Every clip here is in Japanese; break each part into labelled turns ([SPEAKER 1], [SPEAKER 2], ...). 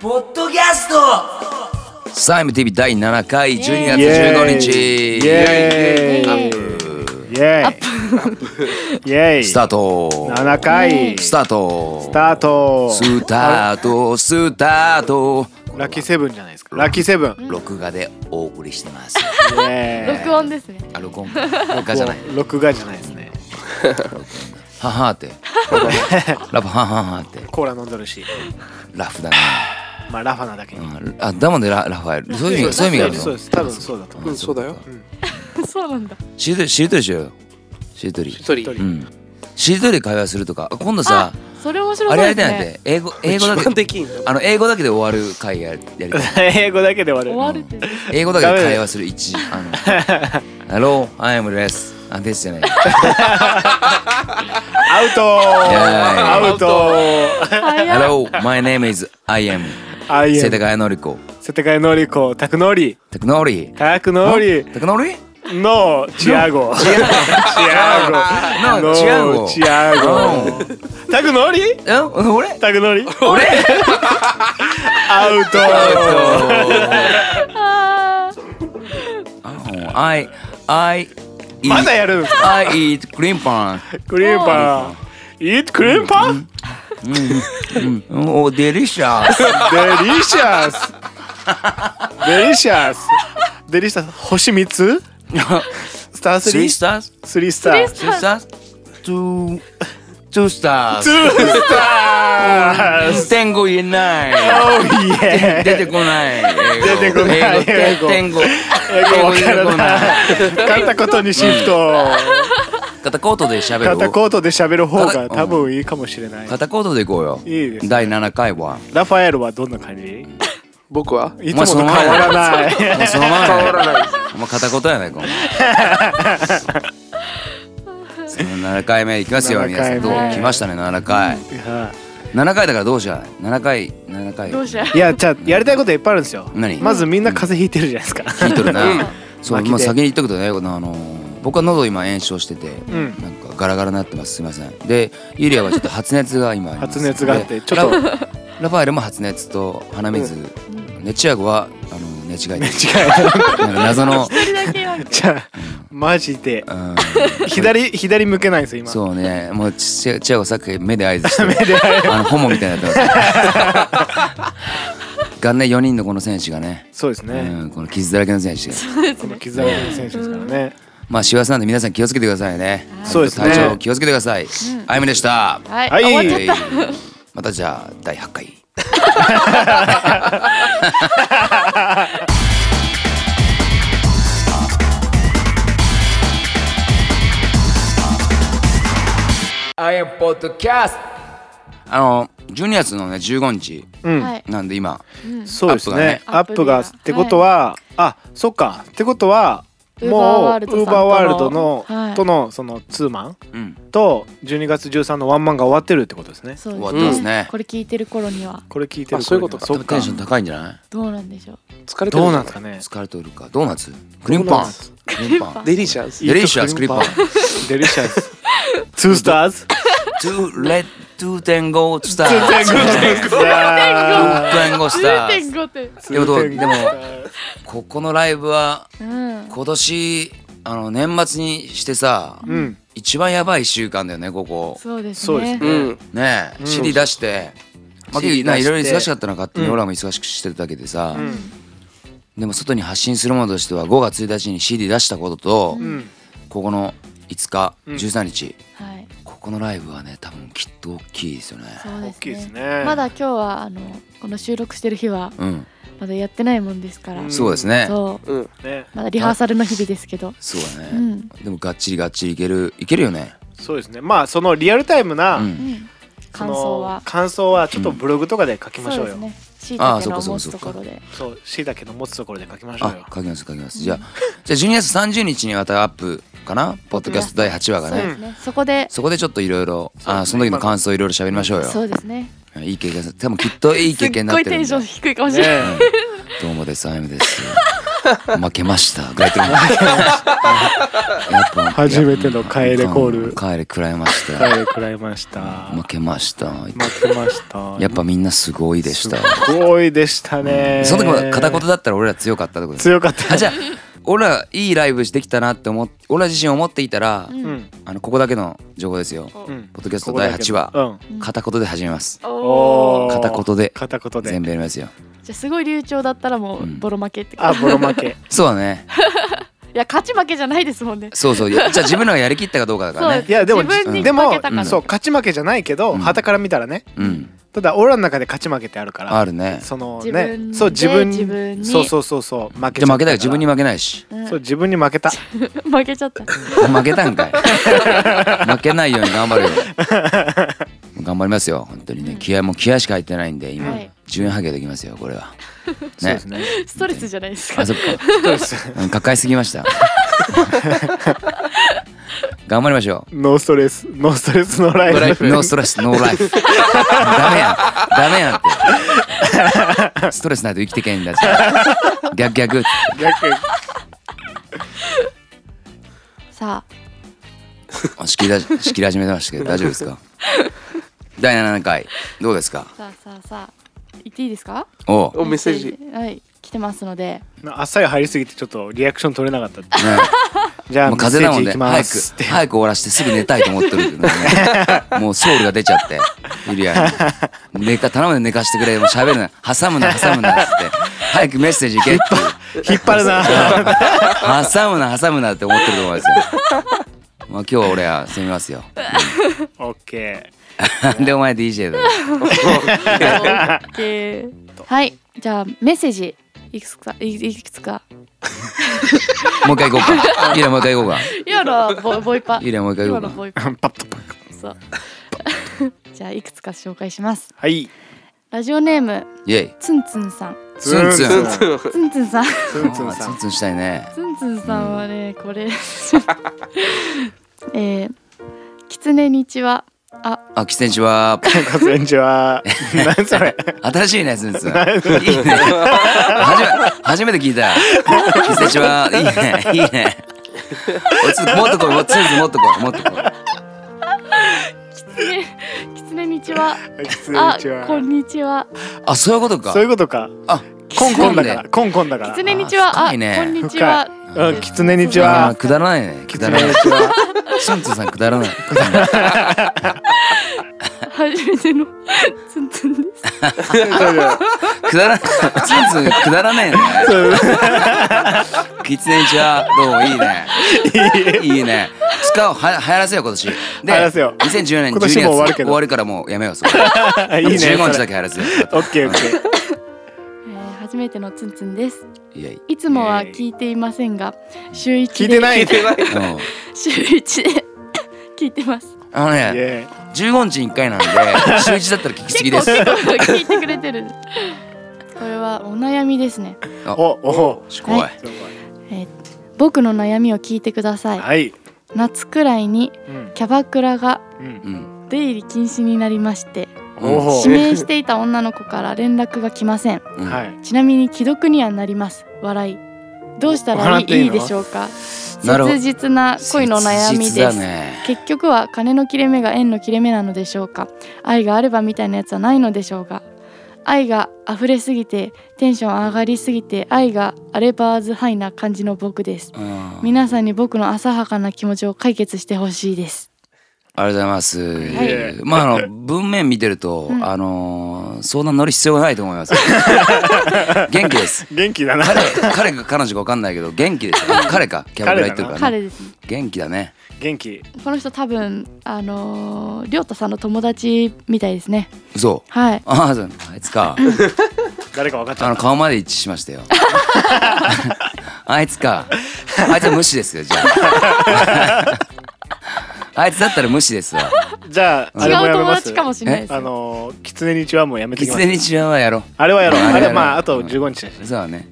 [SPEAKER 1] ポッドキャスト
[SPEAKER 2] サイム TV 第7回12月
[SPEAKER 3] イエー
[SPEAKER 2] 15
[SPEAKER 3] イ
[SPEAKER 2] 日
[SPEAKER 3] イエ
[SPEAKER 2] ア
[SPEAKER 3] ー
[SPEAKER 2] ップ
[SPEAKER 3] イイエーイイエー イ
[SPEAKER 2] スタート
[SPEAKER 3] 7回
[SPEAKER 2] ス
[SPEAKER 3] ス
[SPEAKER 2] タートス
[SPEAKER 3] タート
[SPEAKER 2] タートスタート
[SPEAKER 3] ラッキーセブンじゃないですかラッキーセブン
[SPEAKER 2] 録画でお送りしてます
[SPEAKER 3] イエーイ
[SPEAKER 4] 録音ですね。
[SPEAKER 2] あ録音か録画じゃない
[SPEAKER 3] もう録画じゃないですね
[SPEAKER 2] ははーってラブはははーって
[SPEAKER 3] コーラ飲んどるし
[SPEAKER 2] ラフだね
[SPEAKER 3] まあラファなだけに
[SPEAKER 2] うんあダモでララファエルそういう意味そういう意味があ
[SPEAKER 3] そう
[SPEAKER 2] るの
[SPEAKER 3] です多分そうだと思う
[SPEAKER 5] うん、そうだよ。
[SPEAKER 4] そうなんだ。
[SPEAKER 2] しりとりしりとりしようよしりとり
[SPEAKER 5] 一人。
[SPEAKER 2] うんしりとりで会話するとかあ今度さ
[SPEAKER 4] あ、それ面
[SPEAKER 2] あ
[SPEAKER 4] 白そう
[SPEAKER 2] れや
[SPEAKER 4] で
[SPEAKER 2] りた
[SPEAKER 4] す
[SPEAKER 2] いなっ
[SPEAKER 4] ね。
[SPEAKER 2] て英語英語だ
[SPEAKER 5] 一
[SPEAKER 2] け
[SPEAKER 5] 番できんの
[SPEAKER 2] あの英語だけで終わる会ややりたい
[SPEAKER 3] 英語だけで終
[SPEAKER 4] 終
[SPEAKER 3] わ
[SPEAKER 4] わ
[SPEAKER 3] る
[SPEAKER 4] るって。
[SPEAKER 2] 英語だけで会話する一あの Hello, I am Les あ、ですじゃない
[SPEAKER 3] アウトアウト
[SPEAKER 4] 早い。
[SPEAKER 2] Hello, my name is I am
[SPEAKER 3] あい
[SPEAKER 2] 世
[SPEAKER 3] え
[SPEAKER 2] 田谷のりこ
[SPEAKER 3] 世田谷のりこタクノリ
[SPEAKER 2] テクノロリー
[SPEAKER 3] タクノリ
[SPEAKER 2] テクノロリー
[SPEAKER 3] のチアゴチアゴ
[SPEAKER 2] のチアゴ
[SPEAKER 3] のチアゴタクノリ
[SPEAKER 2] え俺
[SPEAKER 3] タグノリ
[SPEAKER 2] 俺
[SPEAKER 3] アウト
[SPEAKER 4] あー
[SPEAKER 2] I, I
[SPEAKER 3] まだ
[SPEAKER 2] eat,
[SPEAKER 3] やるんですか
[SPEAKER 2] I eat クリームパン
[SPEAKER 3] クリームパンイートクリームパン
[SPEAKER 2] うんお、デリシャ ス
[SPEAKER 3] デリシャスデリシャスデリシャス星3つスター
[SPEAKER 2] スリース
[SPEAKER 3] 3
[SPEAKER 2] ターズ
[SPEAKER 3] スリースター
[SPEAKER 2] スリースターズツーツースター
[SPEAKER 3] ツ
[SPEAKER 2] ズ
[SPEAKER 3] ースタ ー
[SPEAKER 2] 天狗言えない
[SPEAKER 3] おいえ
[SPEAKER 2] 出てこない
[SPEAKER 3] 出てこない
[SPEAKER 2] 英語天狗
[SPEAKER 3] 英語わか
[SPEAKER 2] 英語
[SPEAKER 3] らない片言にシフト
[SPEAKER 2] 片コートで喋る
[SPEAKER 3] 片言で喋る方が多分いいかもしれない
[SPEAKER 2] 片コートで行こうよ
[SPEAKER 3] いいですね
[SPEAKER 2] 第7回は
[SPEAKER 3] ラファエルはどんな感じ
[SPEAKER 5] 僕はい
[SPEAKER 3] つもと変わらない
[SPEAKER 2] もうそのまま
[SPEAKER 5] 変わ
[SPEAKER 2] や
[SPEAKER 5] らない。
[SPEAKER 2] お前片言やないかお前その7回目いきますよ
[SPEAKER 3] 7
[SPEAKER 2] 皆さ
[SPEAKER 3] 回目
[SPEAKER 2] んどう来ましたね7回7回だからどうしよう7回7回
[SPEAKER 4] どうしよ
[SPEAKER 3] いやじゃあやりたいこといっぱいあるんですよ
[SPEAKER 2] 何
[SPEAKER 3] まずみんな風邪ひいてるじゃないですか
[SPEAKER 2] 聞いとるなそう
[SPEAKER 3] 巻きで
[SPEAKER 2] 今先に言っとくとねあのー僕は喉今炎症してて、
[SPEAKER 3] ん
[SPEAKER 2] なんかガラガラになってますすいませんでユリアはちょっと発熱が今あります
[SPEAKER 3] 発熱があって
[SPEAKER 2] で
[SPEAKER 3] ちょっと
[SPEAKER 2] ララファエルも発熱と鼻水、でチアゴはあの寝違えて寝違えなんか謎の、
[SPEAKER 4] 一人だけは。
[SPEAKER 3] じゃあマジで
[SPEAKER 2] うん、
[SPEAKER 3] 左左向けないんですよ今
[SPEAKER 2] そうねもうチチアゴさっき目で合図して目であのホモみたいになって ますがね4人のこの選手がね、
[SPEAKER 3] そうですね
[SPEAKER 2] うん、この傷だらけの選手が
[SPEAKER 3] この傷だらけの選手ですからね
[SPEAKER 2] まあ師走なんで皆さん気をつけてくださいね。
[SPEAKER 3] そうですね
[SPEAKER 2] 体調気をつけてください。あゆみでした。
[SPEAKER 4] はい。
[SPEAKER 3] はい
[SPEAKER 4] 終わっちゃっ
[SPEAKER 2] えいまたじゃあ第8回。
[SPEAKER 1] I am podcast
[SPEAKER 2] あの12月のね15日
[SPEAKER 3] う
[SPEAKER 4] た。
[SPEAKER 3] ん
[SPEAKER 4] はい。
[SPEAKER 2] なんで今
[SPEAKER 3] そうですね
[SPEAKER 4] ア
[SPEAKER 3] ア
[SPEAKER 4] ッ
[SPEAKER 3] ッ
[SPEAKER 4] プ
[SPEAKER 3] プ
[SPEAKER 4] が
[SPEAKER 3] が
[SPEAKER 4] ね
[SPEAKER 3] ってことはあそっかってことはもうウ
[SPEAKER 4] Uber World さんとの
[SPEAKER 3] ーバーワールドの
[SPEAKER 4] はい
[SPEAKER 3] とのそのツーマン
[SPEAKER 2] うん
[SPEAKER 3] と12月13のワンマンが終わってるってことですね
[SPEAKER 4] そう
[SPEAKER 2] 終
[SPEAKER 4] で
[SPEAKER 2] わっ
[SPEAKER 4] す
[SPEAKER 2] て
[SPEAKER 4] ね。
[SPEAKER 2] ますね。
[SPEAKER 4] これ聞いてる頃には
[SPEAKER 3] これ聞いてる
[SPEAKER 5] あそういうことか
[SPEAKER 3] そ
[SPEAKER 2] 多
[SPEAKER 3] っ
[SPEAKER 2] 分
[SPEAKER 3] か
[SPEAKER 2] テンション高いんじゃない？
[SPEAKER 4] どうなんでしょう。
[SPEAKER 5] 疲れてる。
[SPEAKER 3] どうなんですかね
[SPEAKER 2] 疲れてるかドーナツクリームパンクリームパン
[SPEAKER 5] デリシャス。
[SPEAKER 2] デリシャスクリームパン
[SPEAKER 3] デリシ ャスツースターズ
[SPEAKER 2] To let to tango to star
[SPEAKER 3] 2.5
[SPEAKER 2] to tango
[SPEAKER 4] 十
[SPEAKER 2] star
[SPEAKER 4] 点五点。
[SPEAKER 2] でもどうでもここのライブは
[SPEAKER 4] うん。
[SPEAKER 2] 今年あの年末にしてさ
[SPEAKER 3] うん
[SPEAKER 2] 一番やばい一週間だよねここ
[SPEAKER 4] そうです
[SPEAKER 3] そうですね。
[SPEAKER 4] ね
[SPEAKER 5] うん。
[SPEAKER 2] ねえ
[SPEAKER 3] ん
[SPEAKER 2] CD 出してまあ
[SPEAKER 3] CD
[SPEAKER 2] 結構ない
[SPEAKER 3] 出
[SPEAKER 2] ろい
[SPEAKER 3] し
[SPEAKER 2] ろ忙し
[SPEAKER 3] て
[SPEAKER 2] かったのは勝手に
[SPEAKER 3] うん
[SPEAKER 2] 俺らも忙しくしてるだけでさ
[SPEAKER 3] うん
[SPEAKER 2] でも外に発信するものとしては5月1日に CD 出したことと
[SPEAKER 3] うん
[SPEAKER 2] ここの5日
[SPEAKER 3] うん
[SPEAKER 2] 13日
[SPEAKER 4] はい。
[SPEAKER 2] ここのライブはね多分きっと大きいですよね
[SPEAKER 4] そう
[SPEAKER 3] 大きい
[SPEAKER 4] で
[SPEAKER 3] ですす
[SPEAKER 4] ね。
[SPEAKER 3] ね
[SPEAKER 4] まだ今日はあのこの収録してる日は
[SPEAKER 2] うん
[SPEAKER 4] まだやってないもんですから
[SPEAKER 3] う。ん
[SPEAKER 2] そうですね
[SPEAKER 4] そう。
[SPEAKER 5] うん。
[SPEAKER 3] ね
[SPEAKER 4] まだリハーサルの日々ですけど。
[SPEAKER 2] そうだ
[SPEAKER 4] う
[SPEAKER 2] ね
[SPEAKER 4] ん。
[SPEAKER 2] でもがっちりがっちりいけるいけるよね
[SPEAKER 3] そうですねまあそのリアルタイムな、
[SPEAKER 2] うん
[SPEAKER 4] うん。
[SPEAKER 3] そ
[SPEAKER 4] 感
[SPEAKER 3] の
[SPEAKER 4] 想は。
[SPEAKER 3] 感想はちょっとブログとかで書きまし
[SPEAKER 4] そ
[SPEAKER 3] ょ
[SPEAKER 4] う
[SPEAKER 3] う
[SPEAKER 4] で
[SPEAKER 3] よ
[SPEAKER 4] すね。しい
[SPEAKER 2] あー
[SPEAKER 4] たけ
[SPEAKER 2] そっかそ
[SPEAKER 4] の
[SPEAKER 2] っか
[SPEAKER 4] 持
[SPEAKER 2] そっ
[SPEAKER 4] つ
[SPEAKER 2] か
[SPEAKER 4] ところで。
[SPEAKER 3] そうしいたけの持つところで書きましょう
[SPEAKER 2] あ
[SPEAKER 3] よ
[SPEAKER 2] 書きます書きますじゃあじゃあ12月30日にまたアップかなポッドキャスト第8話が
[SPEAKER 4] そうで
[SPEAKER 2] ね
[SPEAKER 4] すね。そこで。
[SPEAKER 2] そこでちょっといろいろ
[SPEAKER 3] そうです
[SPEAKER 2] あ
[SPEAKER 3] ね
[SPEAKER 2] その時の感想いろいろ喋りましょうよ
[SPEAKER 4] そうですね。
[SPEAKER 2] いい経験多分きっといい
[SPEAKER 4] す
[SPEAKER 2] 経験
[SPEAKER 4] っ
[SPEAKER 2] にな
[SPEAKER 4] ご
[SPEAKER 2] っ
[SPEAKER 4] い
[SPEAKER 2] てる
[SPEAKER 4] テ
[SPEAKER 2] ん
[SPEAKER 4] ン
[SPEAKER 2] で
[SPEAKER 4] ション低いかもしれない。
[SPEAKER 3] ね
[SPEAKER 2] どうもですあゆみです負けましたぐらいでもやっぱ
[SPEAKER 3] 初めての帰れコール
[SPEAKER 2] 帰れ食らいまし
[SPEAKER 3] 帰
[SPEAKER 2] た
[SPEAKER 3] れ食らいました
[SPEAKER 2] 負けました
[SPEAKER 3] 負けました
[SPEAKER 2] やっぱみんなすごいでした
[SPEAKER 3] すごいでしたね
[SPEAKER 2] その時も片言だったら俺ら強かったってことです
[SPEAKER 3] 強かった
[SPEAKER 2] あじゃあ俺らいいライブできたなって思っ俺ら自身を持っていたら、
[SPEAKER 4] うん
[SPEAKER 3] うん
[SPEAKER 2] あのここだけの情報ですよ
[SPEAKER 3] うん
[SPEAKER 2] ポッドキャスト第8話
[SPEAKER 3] うん
[SPEAKER 4] うん
[SPEAKER 2] 片言で始めます
[SPEAKER 3] おー
[SPEAKER 2] 片言で
[SPEAKER 3] 片言で
[SPEAKER 2] 全部やりますよ
[SPEAKER 4] じゃあすごい流暢だったらもうボロ負けって、
[SPEAKER 3] あ
[SPEAKER 4] い
[SPEAKER 3] ボロ 負け
[SPEAKER 2] そうだね
[SPEAKER 4] や勝ち負けじ ゃないですもんね
[SPEAKER 2] そうそういやじゃあ自分らがやりきったかどうかだからね
[SPEAKER 3] いやでも
[SPEAKER 4] 自分に
[SPEAKER 3] で
[SPEAKER 4] 負
[SPEAKER 3] も
[SPEAKER 4] けたから
[SPEAKER 3] そう勝ち負けじゃないけど
[SPEAKER 2] うん
[SPEAKER 3] 旗から見たらね
[SPEAKER 2] うん
[SPEAKER 3] ただ俺らの中で勝ち負けってあるから
[SPEAKER 2] あるね
[SPEAKER 3] その
[SPEAKER 4] 自分
[SPEAKER 3] ね
[SPEAKER 4] で
[SPEAKER 3] そう自分
[SPEAKER 4] 自分に
[SPEAKER 3] そうそうそうそう負け
[SPEAKER 2] じゃあ負けたよ自分に
[SPEAKER 3] 負
[SPEAKER 2] 負けないし
[SPEAKER 4] うん
[SPEAKER 3] そう自分に負けた
[SPEAKER 4] 負けちゃった
[SPEAKER 2] 負けたんかい負けないように頑張るよ頑張りますよ本当にね気合も気合しか入ってないんで今
[SPEAKER 4] はい
[SPEAKER 2] 10円ハゲできますよこれは
[SPEAKER 3] そう
[SPEAKER 2] ね
[SPEAKER 3] ですね
[SPEAKER 4] ストレスじゃないですか
[SPEAKER 2] あそっかうん抱えすぎました頑張りましょう
[SPEAKER 3] ノーストレスノーストレスのライブ
[SPEAKER 2] ノーストレスノーライフダメやんダメやんってストレスないと生きてけんだし逆逆
[SPEAKER 3] 逆
[SPEAKER 4] さあ
[SPEAKER 2] あ仕切りだ仕切り始めてましたけど大丈夫ですか第7回どうですか
[SPEAKER 4] さあさあさあ言っていいですか
[SPEAKER 2] おう、ね
[SPEAKER 5] おメッセージ
[SPEAKER 4] はい来てますので
[SPEAKER 3] あっさり入りすぎてちょっとリアクション取れなかったじゃあ
[SPEAKER 2] もう風邪なの
[SPEAKER 3] メッセージ
[SPEAKER 2] で
[SPEAKER 3] いきま
[SPEAKER 2] 早く
[SPEAKER 3] すって
[SPEAKER 2] 早く終わらしてすぐ寝たいと思ってるけどねもうソウルが出ちゃってユリア に寝か頼むで寝かしてくれもう喋るな挟むな挟むなっつって早くメッセージいけっていう
[SPEAKER 3] 引っ張るな
[SPEAKER 2] 挟むな挟むなって思ってると思いますよまあ今日は俺は攻めますよ
[SPEAKER 3] オッケ
[SPEAKER 2] でお前 DJ だよ
[SPEAKER 4] はいじゃあメッセージいくつかいいくつか
[SPEAKER 2] もう一回行こうかユリアもう一回行こうか
[SPEAKER 4] 今のボボイパ
[SPEAKER 2] ユリアもう一回行こ
[SPEAKER 4] 今の
[SPEAKER 2] うか
[SPEAKER 4] ボイパ
[SPEAKER 3] ーパッとパッと
[SPEAKER 4] そう じゃあいくつか紹介します
[SPEAKER 3] はい
[SPEAKER 4] ラジオネーム
[SPEAKER 2] イエイ
[SPEAKER 4] つんつんさん
[SPEAKER 2] ツンツン
[SPEAKER 3] ツン
[SPEAKER 4] つんつんさん
[SPEAKER 3] ツンツンさ
[SPEAKER 2] あツン
[SPEAKER 3] ん
[SPEAKER 2] ツンしたいね
[SPEAKER 4] つんつんさんはねこれ えー、きつねにちはあ
[SPEAKER 2] あ、キツネチは
[SPEAKER 3] こんにちは何それ
[SPEAKER 2] 新しいね、ツン ツン。いいね。初め初めて聞いた。キツネチはいいね、いいね。おいちょっともっとこい、もうツンツンもっとこい、もっとこい。
[SPEAKER 4] ねきつねにちは
[SPEAKER 3] こ
[SPEAKER 4] あ
[SPEAKER 3] んにちは
[SPEAKER 4] こんにちは
[SPEAKER 2] あ、そういうことか
[SPEAKER 3] そう。いうことか
[SPEAKER 2] あ、
[SPEAKER 3] コンコンだか
[SPEAKER 2] ね
[SPEAKER 3] らコンコンだか
[SPEAKER 4] き
[SPEAKER 3] ら
[SPEAKER 4] つねにちは
[SPEAKER 2] あ
[SPEAKER 4] あ
[SPEAKER 2] 深いね
[SPEAKER 4] こんにちは
[SPEAKER 3] 深いうんきつねにちは
[SPEAKER 2] あくだらないね。く
[SPEAKER 3] き
[SPEAKER 2] だ
[SPEAKER 3] つ
[SPEAKER 2] らな
[SPEAKER 3] ね
[SPEAKER 2] い
[SPEAKER 3] に。ちは
[SPEAKER 2] ツンツンさんくだらない。
[SPEAKER 4] 初めての つんつんです
[SPEAKER 2] くだらない。ツンツンくだらないね。キツネチはどうもいいね。いいね。使おう、は流行らせよう今年。
[SPEAKER 3] 流行らせよう
[SPEAKER 2] 2014年12
[SPEAKER 3] 今年
[SPEAKER 2] 月
[SPEAKER 3] も終わるけど
[SPEAKER 2] 終わるからもうやめよう。それ
[SPEAKER 3] いいねそれ
[SPEAKER 2] 15日だけ流行らせよう。
[SPEAKER 3] オッケーオッケー
[SPEAKER 4] えー初めてのつんつんです
[SPEAKER 2] いやいや
[SPEAKER 4] いつもは聞いていませんが週
[SPEAKER 3] 聞
[SPEAKER 4] 一で
[SPEAKER 3] いてない
[SPEAKER 5] 聞いてない
[SPEAKER 2] うん
[SPEAKER 4] 週一で 聞いてます
[SPEAKER 2] あの
[SPEAKER 3] イ
[SPEAKER 2] ね、
[SPEAKER 3] エ
[SPEAKER 2] 15日に1回なんで、週1だったら聞きすぎです。
[SPEAKER 4] 結構結構聞いてくれてるこれはお悩みですね、
[SPEAKER 3] ーおお
[SPEAKER 2] しこい。
[SPEAKER 4] はえー僕の悩みを聞いてください、
[SPEAKER 3] はい
[SPEAKER 4] 夏くらいに
[SPEAKER 3] うん
[SPEAKER 4] キャバクラが
[SPEAKER 3] うん
[SPEAKER 2] うん。
[SPEAKER 4] 出入り禁止になりまして
[SPEAKER 3] おお
[SPEAKER 4] 指名していた女の子から連絡が来ません
[SPEAKER 2] うん
[SPEAKER 3] はい
[SPEAKER 4] ちなみに既読にはなります笑いどうしたら
[SPEAKER 3] 笑
[SPEAKER 4] い
[SPEAKER 3] っ
[SPEAKER 4] い
[SPEAKER 3] ていい
[SPEAKER 4] い
[SPEAKER 3] の
[SPEAKER 4] いでしょうか
[SPEAKER 2] なるほど
[SPEAKER 4] 切実な恋の悩
[SPEAKER 2] 切
[SPEAKER 4] み
[SPEAKER 2] 実
[SPEAKER 4] で
[SPEAKER 2] だ
[SPEAKER 4] す、
[SPEAKER 2] ね。
[SPEAKER 4] 結局は金の切れ目が縁の切れ目なのでしょうか愛があればみたいなやつはないのでしょうが愛が溢れすぎてテンション上がりすぎて愛があればーずハイな感じの僕です
[SPEAKER 2] うん
[SPEAKER 4] 皆さんに僕の浅はかな気持ちを解決してほしいです
[SPEAKER 2] ありがとうございます。
[SPEAKER 3] い
[SPEAKER 2] まあ、あの、文面見てると、あのー、相談乗る必要がないと思います。 元気です。
[SPEAKER 3] 元気だな
[SPEAKER 2] 彼、彼か彼女かわかんないけど、元気です。あ彼か、キャバクラ行ってるからね。
[SPEAKER 4] 彼ですね
[SPEAKER 2] 元気だね。
[SPEAKER 3] 元気
[SPEAKER 4] この人多分あのー、りょうたさんの友達みたいですね
[SPEAKER 2] 嘘。
[SPEAKER 4] はい
[SPEAKER 2] ああ、そうあいつか。
[SPEAKER 3] 誰か分かっち
[SPEAKER 2] あ
[SPEAKER 3] ゃ
[SPEAKER 2] の
[SPEAKER 3] った
[SPEAKER 2] 顔まで一致しましたよ。 あいつか。あいつは無視ですよ、じゃ あ。あいつだったら無視ですわ。
[SPEAKER 3] じゃああ
[SPEAKER 4] 違
[SPEAKER 3] れも
[SPEAKER 4] う
[SPEAKER 3] やめ
[SPEAKER 4] 友
[SPEAKER 3] ます
[SPEAKER 4] 達かもしれないです
[SPEAKER 3] あのー狐にちはもうやめて
[SPEAKER 2] き
[SPEAKER 3] き
[SPEAKER 2] つ
[SPEAKER 3] ま
[SPEAKER 2] ね
[SPEAKER 3] す
[SPEAKER 2] にちはやろ
[SPEAKER 3] あれはやろう
[SPEAKER 2] あれや
[SPEAKER 3] あ
[SPEAKER 2] ろ
[SPEAKER 3] れ
[SPEAKER 2] う
[SPEAKER 3] まああと
[SPEAKER 2] うん
[SPEAKER 3] 15日だし
[SPEAKER 2] う。そうだね。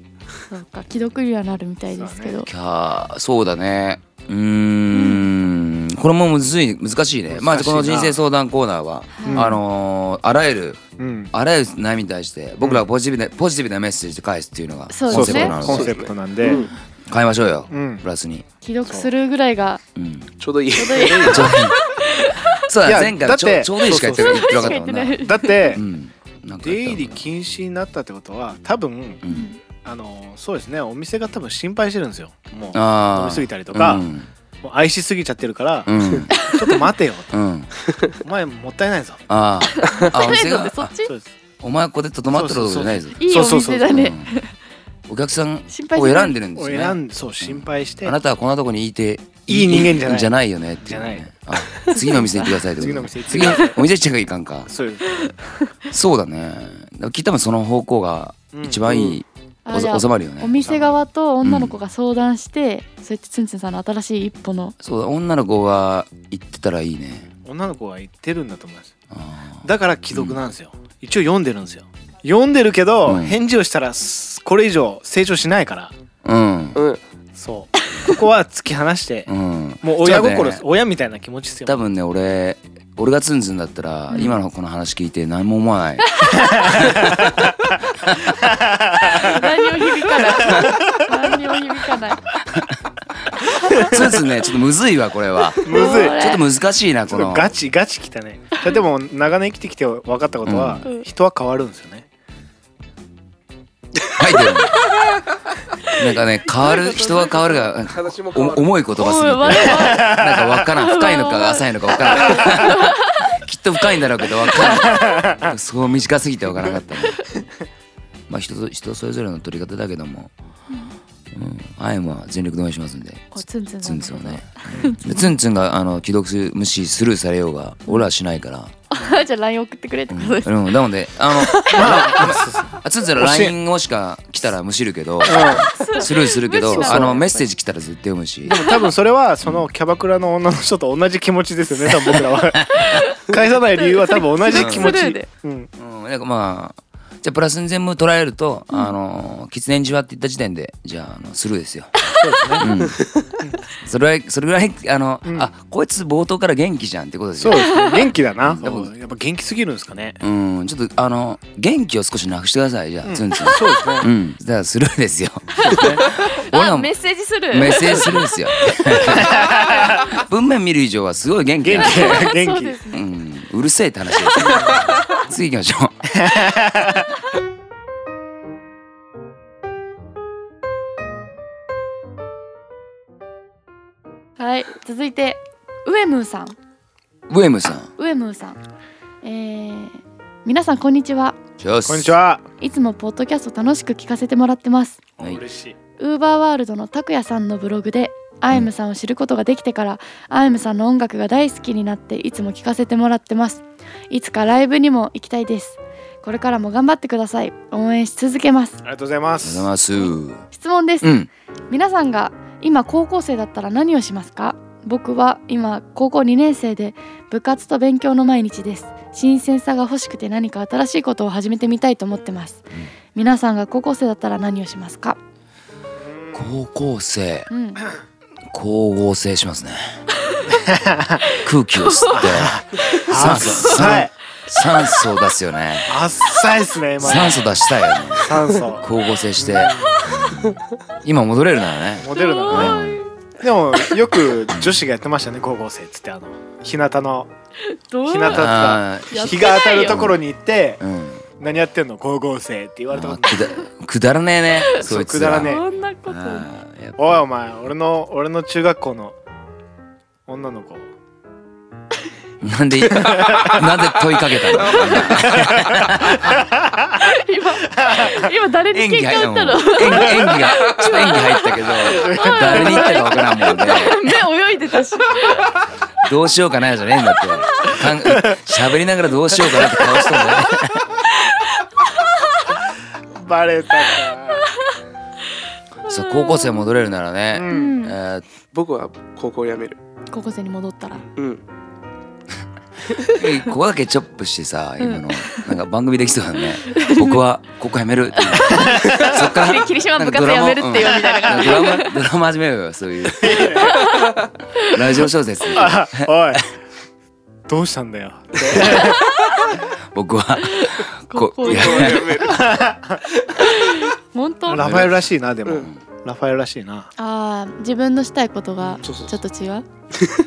[SPEAKER 4] そうか既読にはなるみたいですけど、
[SPEAKER 2] きゃーそうだね。うーん。これもむずい難しいね。まあ
[SPEAKER 3] 難しい
[SPEAKER 2] こ
[SPEAKER 3] な
[SPEAKER 2] の人生相談コーナーは、あのーあらゆる
[SPEAKER 3] うん
[SPEAKER 2] あらゆる悩みに対して僕らはポジティブな、ポジティブなメッセージで返すっていうのが
[SPEAKER 4] そう
[SPEAKER 2] コン
[SPEAKER 4] で
[SPEAKER 2] セ
[SPEAKER 4] す
[SPEAKER 2] プ
[SPEAKER 4] ね
[SPEAKER 2] トな
[SPEAKER 3] コ
[SPEAKER 2] の
[SPEAKER 3] ン
[SPEAKER 2] で
[SPEAKER 3] セプトなんで、
[SPEAKER 5] うん
[SPEAKER 2] 変えましょうよ、
[SPEAKER 3] うん
[SPEAKER 2] プラスに、
[SPEAKER 4] 既読するぐらいが
[SPEAKER 2] うん、ち
[SPEAKER 5] ちょうどいい。
[SPEAKER 4] ちょうど いい
[SPEAKER 2] ょうどいいそうだ
[SPEAKER 3] いや
[SPEAKER 2] 前回
[SPEAKER 3] だっ
[SPEAKER 2] はちょ
[SPEAKER 3] て
[SPEAKER 2] ちょうどいいしか言ってな
[SPEAKER 3] そ
[SPEAKER 2] い
[SPEAKER 3] う
[SPEAKER 2] 言ってなかったもんね
[SPEAKER 3] だって、
[SPEAKER 2] うんなんか
[SPEAKER 3] 出
[SPEAKER 2] 言
[SPEAKER 3] 入
[SPEAKER 2] って
[SPEAKER 3] り禁止になったってことは多分
[SPEAKER 2] たもんうん
[SPEAKER 3] あのそうですねお店が多分心配してるんですよもう
[SPEAKER 2] あー
[SPEAKER 3] 飲みすぎたりとか、
[SPEAKER 2] うん
[SPEAKER 3] もう愛しすぎちゃってるから、
[SPEAKER 2] うん
[SPEAKER 3] ちょっと待てよ
[SPEAKER 2] うん
[SPEAKER 3] お前もったいないぞ
[SPEAKER 2] あーあお
[SPEAKER 4] え
[SPEAKER 2] 店
[SPEAKER 4] だっ
[SPEAKER 2] が
[SPEAKER 4] てそっち
[SPEAKER 3] そうです
[SPEAKER 2] お前ここでとどまってるとこじゃないぞ
[SPEAKER 4] いいお店だね
[SPEAKER 2] うんお客さん
[SPEAKER 4] 心配
[SPEAKER 2] を
[SPEAKER 4] しない
[SPEAKER 2] 選んでるんで
[SPEAKER 3] を
[SPEAKER 2] す
[SPEAKER 3] 選
[SPEAKER 2] よね
[SPEAKER 3] んそう心配して、
[SPEAKER 2] あなたはこんなとこにいて
[SPEAKER 3] いい人間じゃない
[SPEAKER 2] じゃないよねっていう
[SPEAKER 3] じゃ
[SPEAKER 2] ねあ次のお店行ってくださいってこと
[SPEAKER 3] 次のお店行って
[SPEAKER 2] 次
[SPEAKER 3] く
[SPEAKER 2] の
[SPEAKER 3] ださい
[SPEAKER 2] お店行っちゃえばいいかんか
[SPEAKER 3] そうです
[SPEAKER 2] そうだねだからきっと多分その方向が一番いい
[SPEAKER 4] あじゃあ
[SPEAKER 2] お収まるよね
[SPEAKER 4] お店側と女の子が相談して、そうやってツンツンさんの新しい一歩の
[SPEAKER 2] そうだ女の子が行ってたらいいね
[SPEAKER 3] 女の子は言ってるんだと思います
[SPEAKER 2] あ
[SPEAKER 3] だから既読なんですよ、一応読んでるんですよ読んでるけど、
[SPEAKER 2] うん
[SPEAKER 3] 返事をしたらすこれ以上成長しないから
[SPEAKER 2] ーうん
[SPEAKER 5] うん。
[SPEAKER 3] そうここは突き放して
[SPEAKER 2] うん
[SPEAKER 3] もう親心
[SPEAKER 2] そう
[SPEAKER 3] で
[SPEAKER 2] だ
[SPEAKER 3] す、
[SPEAKER 2] ね
[SPEAKER 3] 親みたいな気持ちですよ
[SPEAKER 2] 多分ね俺俺がツンツンだったら、
[SPEAKER 4] うん
[SPEAKER 2] 今のこの話聞いて何も思わない
[SPEAKER 4] 何を響かない何を響かない
[SPEAKER 2] ツンツンねちょっとむずいわこれはち
[SPEAKER 3] むずい
[SPEAKER 4] これ
[SPEAKER 2] ょっと難しいな
[SPEAKER 3] ち
[SPEAKER 2] こ
[SPEAKER 3] ょっと
[SPEAKER 2] の
[SPEAKER 3] ガチガチ汚いねじゃあでも長年生きてきて分かったことは、
[SPEAKER 4] うん
[SPEAKER 3] 人は変わるんですよね
[SPEAKER 2] 入ってるなんかね変わる人は変わるがなんか
[SPEAKER 5] 話も変わ
[SPEAKER 2] お
[SPEAKER 5] る。
[SPEAKER 2] 重い言葉すぎ
[SPEAKER 4] おい悪い
[SPEAKER 2] て
[SPEAKER 4] 悪い
[SPEAKER 2] なんかわからん深いの か浅いのかわからんきっと深いんだろうけどわからんそう短すぎてわからなかったねまあ人と人それぞれの取り方だけども、うん、アイムは全力で応援しますんで
[SPEAKER 4] おツンツン
[SPEAKER 2] ツ
[SPEAKER 4] さん
[SPEAKER 2] ン
[SPEAKER 4] のこ
[SPEAKER 2] ツ
[SPEAKER 4] と
[SPEAKER 2] ンをねでツンツンがあの既読する無視スルーされようが俺らはしないから、
[SPEAKER 4] じゃあ LINE 送ってくれって
[SPEAKER 2] う
[SPEAKER 4] こ
[SPEAKER 2] ん
[SPEAKER 4] とです、
[SPEAKER 2] うん、なので あの
[SPEAKER 3] まあ
[SPEAKER 2] あツンツンの
[SPEAKER 3] 教え
[SPEAKER 2] LINE をしか来たら無視るけどスルーするけ
[SPEAKER 4] 無
[SPEAKER 2] ど
[SPEAKER 4] 視
[SPEAKER 2] あ
[SPEAKER 4] なの
[SPEAKER 2] のメッセージ来たら絶対読むし
[SPEAKER 3] でも多分それはそのキャバクラの女の人と同じ気持ちです よね多分僕らは返さない理由は多分同じ気持
[SPEAKER 4] スルー
[SPEAKER 3] ち
[SPEAKER 4] で、
[SPEAKER 3] うん、
[SPEAKER 2] うん、なんかまあじゃあプラスに全部捉えると、あの喫煙所はって言った時点でじゃああのスルーですよ。 うんそれはそれぐらいあの、あこいつ冒頭から元気じゃんってことです
[SPEAKER 3] そう
[SPEAKER 2] よ。
[SPEAKER 3] ですね元気だな
[SPEAKER 2] でも
[SPEAKER 3] やっぱ元気すぎるんですかね
[SPEAKER 2] うん、ちょっとあの元気を少しなくしてくださいじゃあ、ツンツン。
[SPEAKER 3] そうですね
[SPEAKER 2] うん、だからスルーですよ。 俺
[SPEAKER 4] あ
[SPEAKER 2] は
[SPEAKER 4] メ
[SPEAKER 2] メ
[SPEAKER 4] ッセージする
[SPEAKER 2] ッセージスルー ですよ。文面見る以上はすごい元気
[SPEAKER 3] 元
[SPEAKER 2] なんで
[SPEAKER 3] 気 元
[SPEAKER 4] そう
[SPEAKER 3] 気
[SPEAKER 4] ですね
[SPEAKER 2] うん、うるせえって話です。次行きましょう。
[SPEAKER 4] はい続いてウエムーさん
[SPEAKER 2] ブエムさん。
[SPEAKER 4] ウエムーさんえー、皆さんこんにちは
[SPEAKER 2] こ
[SPEAKER 3] こんにち。はい
[SPEAKER 4] つもポッドキャスト楽しく聞かせてもらってます
[SPEAKER 2] はい
[SPEAKER 3] しい
[SPEAKER 4] ウーバーワールドの拓也さんのブログでアイムさんを知ることができてから、アイムさんの音楽が大好きになっていつも聴かせてもらってますいつかライブにも行きたいですこれからも頑張ってください応援し続けます
[SPEAKER 3] ありがとうございま
[SPEAKER 2] あり
[SPEAKER 3] す
[SPEAKER 2] がとうございます。う
[SPEAKER 4] 質問です、
[SPEAKER 2] ん。
[SPEAKER 4] 皆さんが今高校生だったら何をしますか僕は今高校2年生で部活と勉強の毎日です新鮮さが欲しくて何か新しいことを始めてみたいと思ってます、皆さんが高校生だったら何をしますか
[SPEAKER 2] 高校生
[SPEAKER 4] うん、
[SPEAKER 2] 光合成しますね空気を吸 って酸素
[SPEAKER 3] は
[SPEAKER 2] 酸
[SPEAKER 3] い
[SPEAKER 2] 酸素を出すよね
[SPEAKER 3] あっさいっすね今
[SPEAKER 2] 酸素出したいよね
[SPEAKER 3] 酸素
[SPEAKER 2] 光合成してうん今戻れるならね
[SPEAKER 3] モデルなのね
[SPEAKER 2] うん
[SPEAKER 3] でもよく女子がやってましたね高校生っつってあの日向の
[SPEAKER 4] ど
[SPEAKER 3] 日向とか
[SPEAKER 2] あー
[SPEAKER 4] やって
[SPEAKER 3] 日
[SPEAKER 4] ないよ
[SPEAKER 3] が当たるところに行って
[SPEAKER 2] うん
[SPEAKER 3] 「何やってんの高校生」って言わ
[SPEAKER 2] あ
[SPEAKER 3] れたこ
[SPEAKER 2] ー
[SPEAKER 3] と
[SPEAKER 2] くだくだらねえね
[SPEAKER 3] そう
[SPEAKER 2] そいつら
[SPEAKER 3] くだらねえ
[SPEAKER 4] んなこ
[SPEAKER 2] あーやっぱ
[SPEAKER 3] おいお前俺の俺の中学校の女の子
[SPEAKER 2] なんでなんで問いかけ たの
[SPEAKER 4] 今今誰に
[SPEAKER 2] 演
[SPEAKER 4] 喧
[SPEAKER 2] 技
[SPEAKER 4] 嘩
[SPEAKER 2] 入
[SPEAKER 4] 売ったの
[SPEAKER 2] 演技演技がちょっと演技入ったけど誰に言ったかわからんもんね
[SPEAKER 4] 目泳いでたし
[SPEAKER 2] どうしようかなじゃねえんだってかん喋りながらどうしようかなって顔したんだね
[SPEAKER 3] バレたか
[SPEAKER 2] そう高校生戻れるならね、
[SPEAKER 3] う
[SPEAKER 4] うん
[SPEAKER 2] え
[SPEAKER 4] ん
[SPEAKER 2] ー
[SPEAKER 5] 僕は高校を辞める。
[SPEAKER 4] 高校生に戻ったら
[SPEAKER 5] うん。
[SPEAKER 2] えここだけチョップしてさ今のなんか番組できそうだね僕はここやめるっていう そっか
[SPEAKER 4] 霧
[SPEAKER 2] ら
[SPEAKER 4] 霧島
[SPEAKER 2] なん
[SPEAKER 4] 部
[SPEAKER 2] かド
[SPEAKER 4] 活
[SPEAKER 2] ラ
[SPEAKER 4] や
[SPEAKER 2] マ
[SPEAKER 4] めるってよみたいな感じ
[SPEAKER 2] うんなんかドラマドラマ始めようよそう いうラジオ小説
[SPEAKER 3] おいどうしたんだよ
[SPEAKER 2] 僕はこ
[SPEAKER 4] ここ
[SPEAKER 2] いや
[SPEAKER 4] 本当
[SPEAKER 3] ラ
[SPEAKER 4] あ
[SPEAKER 3] ファエルらしいなでも、
[SPEAKER 5] うん
[SPEAKER 3] ラファエルらしいな
[SPEAKER 4] あー自分のしたいことがち
[SPEAKER 5] そうそう
[SPEAKER 4] ょっと違う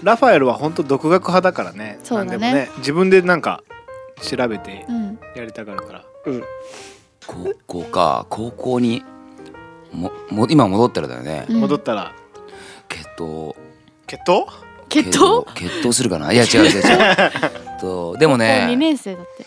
[SPEAKER 3] ラファエルは本当独学派だからね
[SPEAKER 4] そうだね
[SPEAKER 3] なんでも自分でなんか調べて
[SPEAKER 4] うん
[SPEAKER 3] やりたがるから、
[SPEAKER 2] 高校か高校にもも今戻ったらだよね、
[SPEAKER 4] うん
[SPEAKER 3] 戻ったら
[SPEAKER 2] 血糖
[SPEAKER 3] 決闘
[SPEAKER 4] 決闘
[SPEAKER 2] 血糖するかないや違う 違う違うえっとでも
[SPEAKER 4] 2
[SPEAKER 2] ね
[SPEAKER 4] 年生だって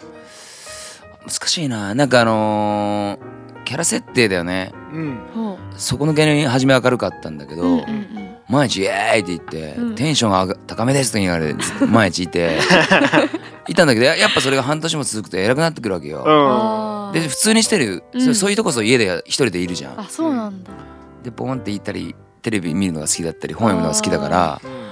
[SPEAKER 2] 難しいななんかあのーキャラ設定だよね
[SPEAKER 3] うん
[SPEAKER 4] ほう
[SPEAKER 2] そこの芸人初め明るかったんだけど、
[SPEAKER 4] うんうんうん
[SPEAKER 2] 毎日「イエーイ!」って言って、
[SPEAKER 4] うん
[SPEAKER 2] テンションが上が高めですって言われて毎日い ていたんだけどややっぱそれが半年も続くと偉くなってくるわけよ。
[SPEAKER 3] うん
[SPEAKER 4] あ
[SPEAKER 2] で
[SPEAKER 4] ー
[SPEAKER 2] 普通にしてる、
[SPEAKER 4] うん
[SPEAKER 2] そそういうとこそ家で一人でいるじゃん。
[SPEAKER 4] あそうなんだ
[SPEAKER 2] でポンって行ったりテレビ見るのが好きだったり本読むのが好きだからそういうの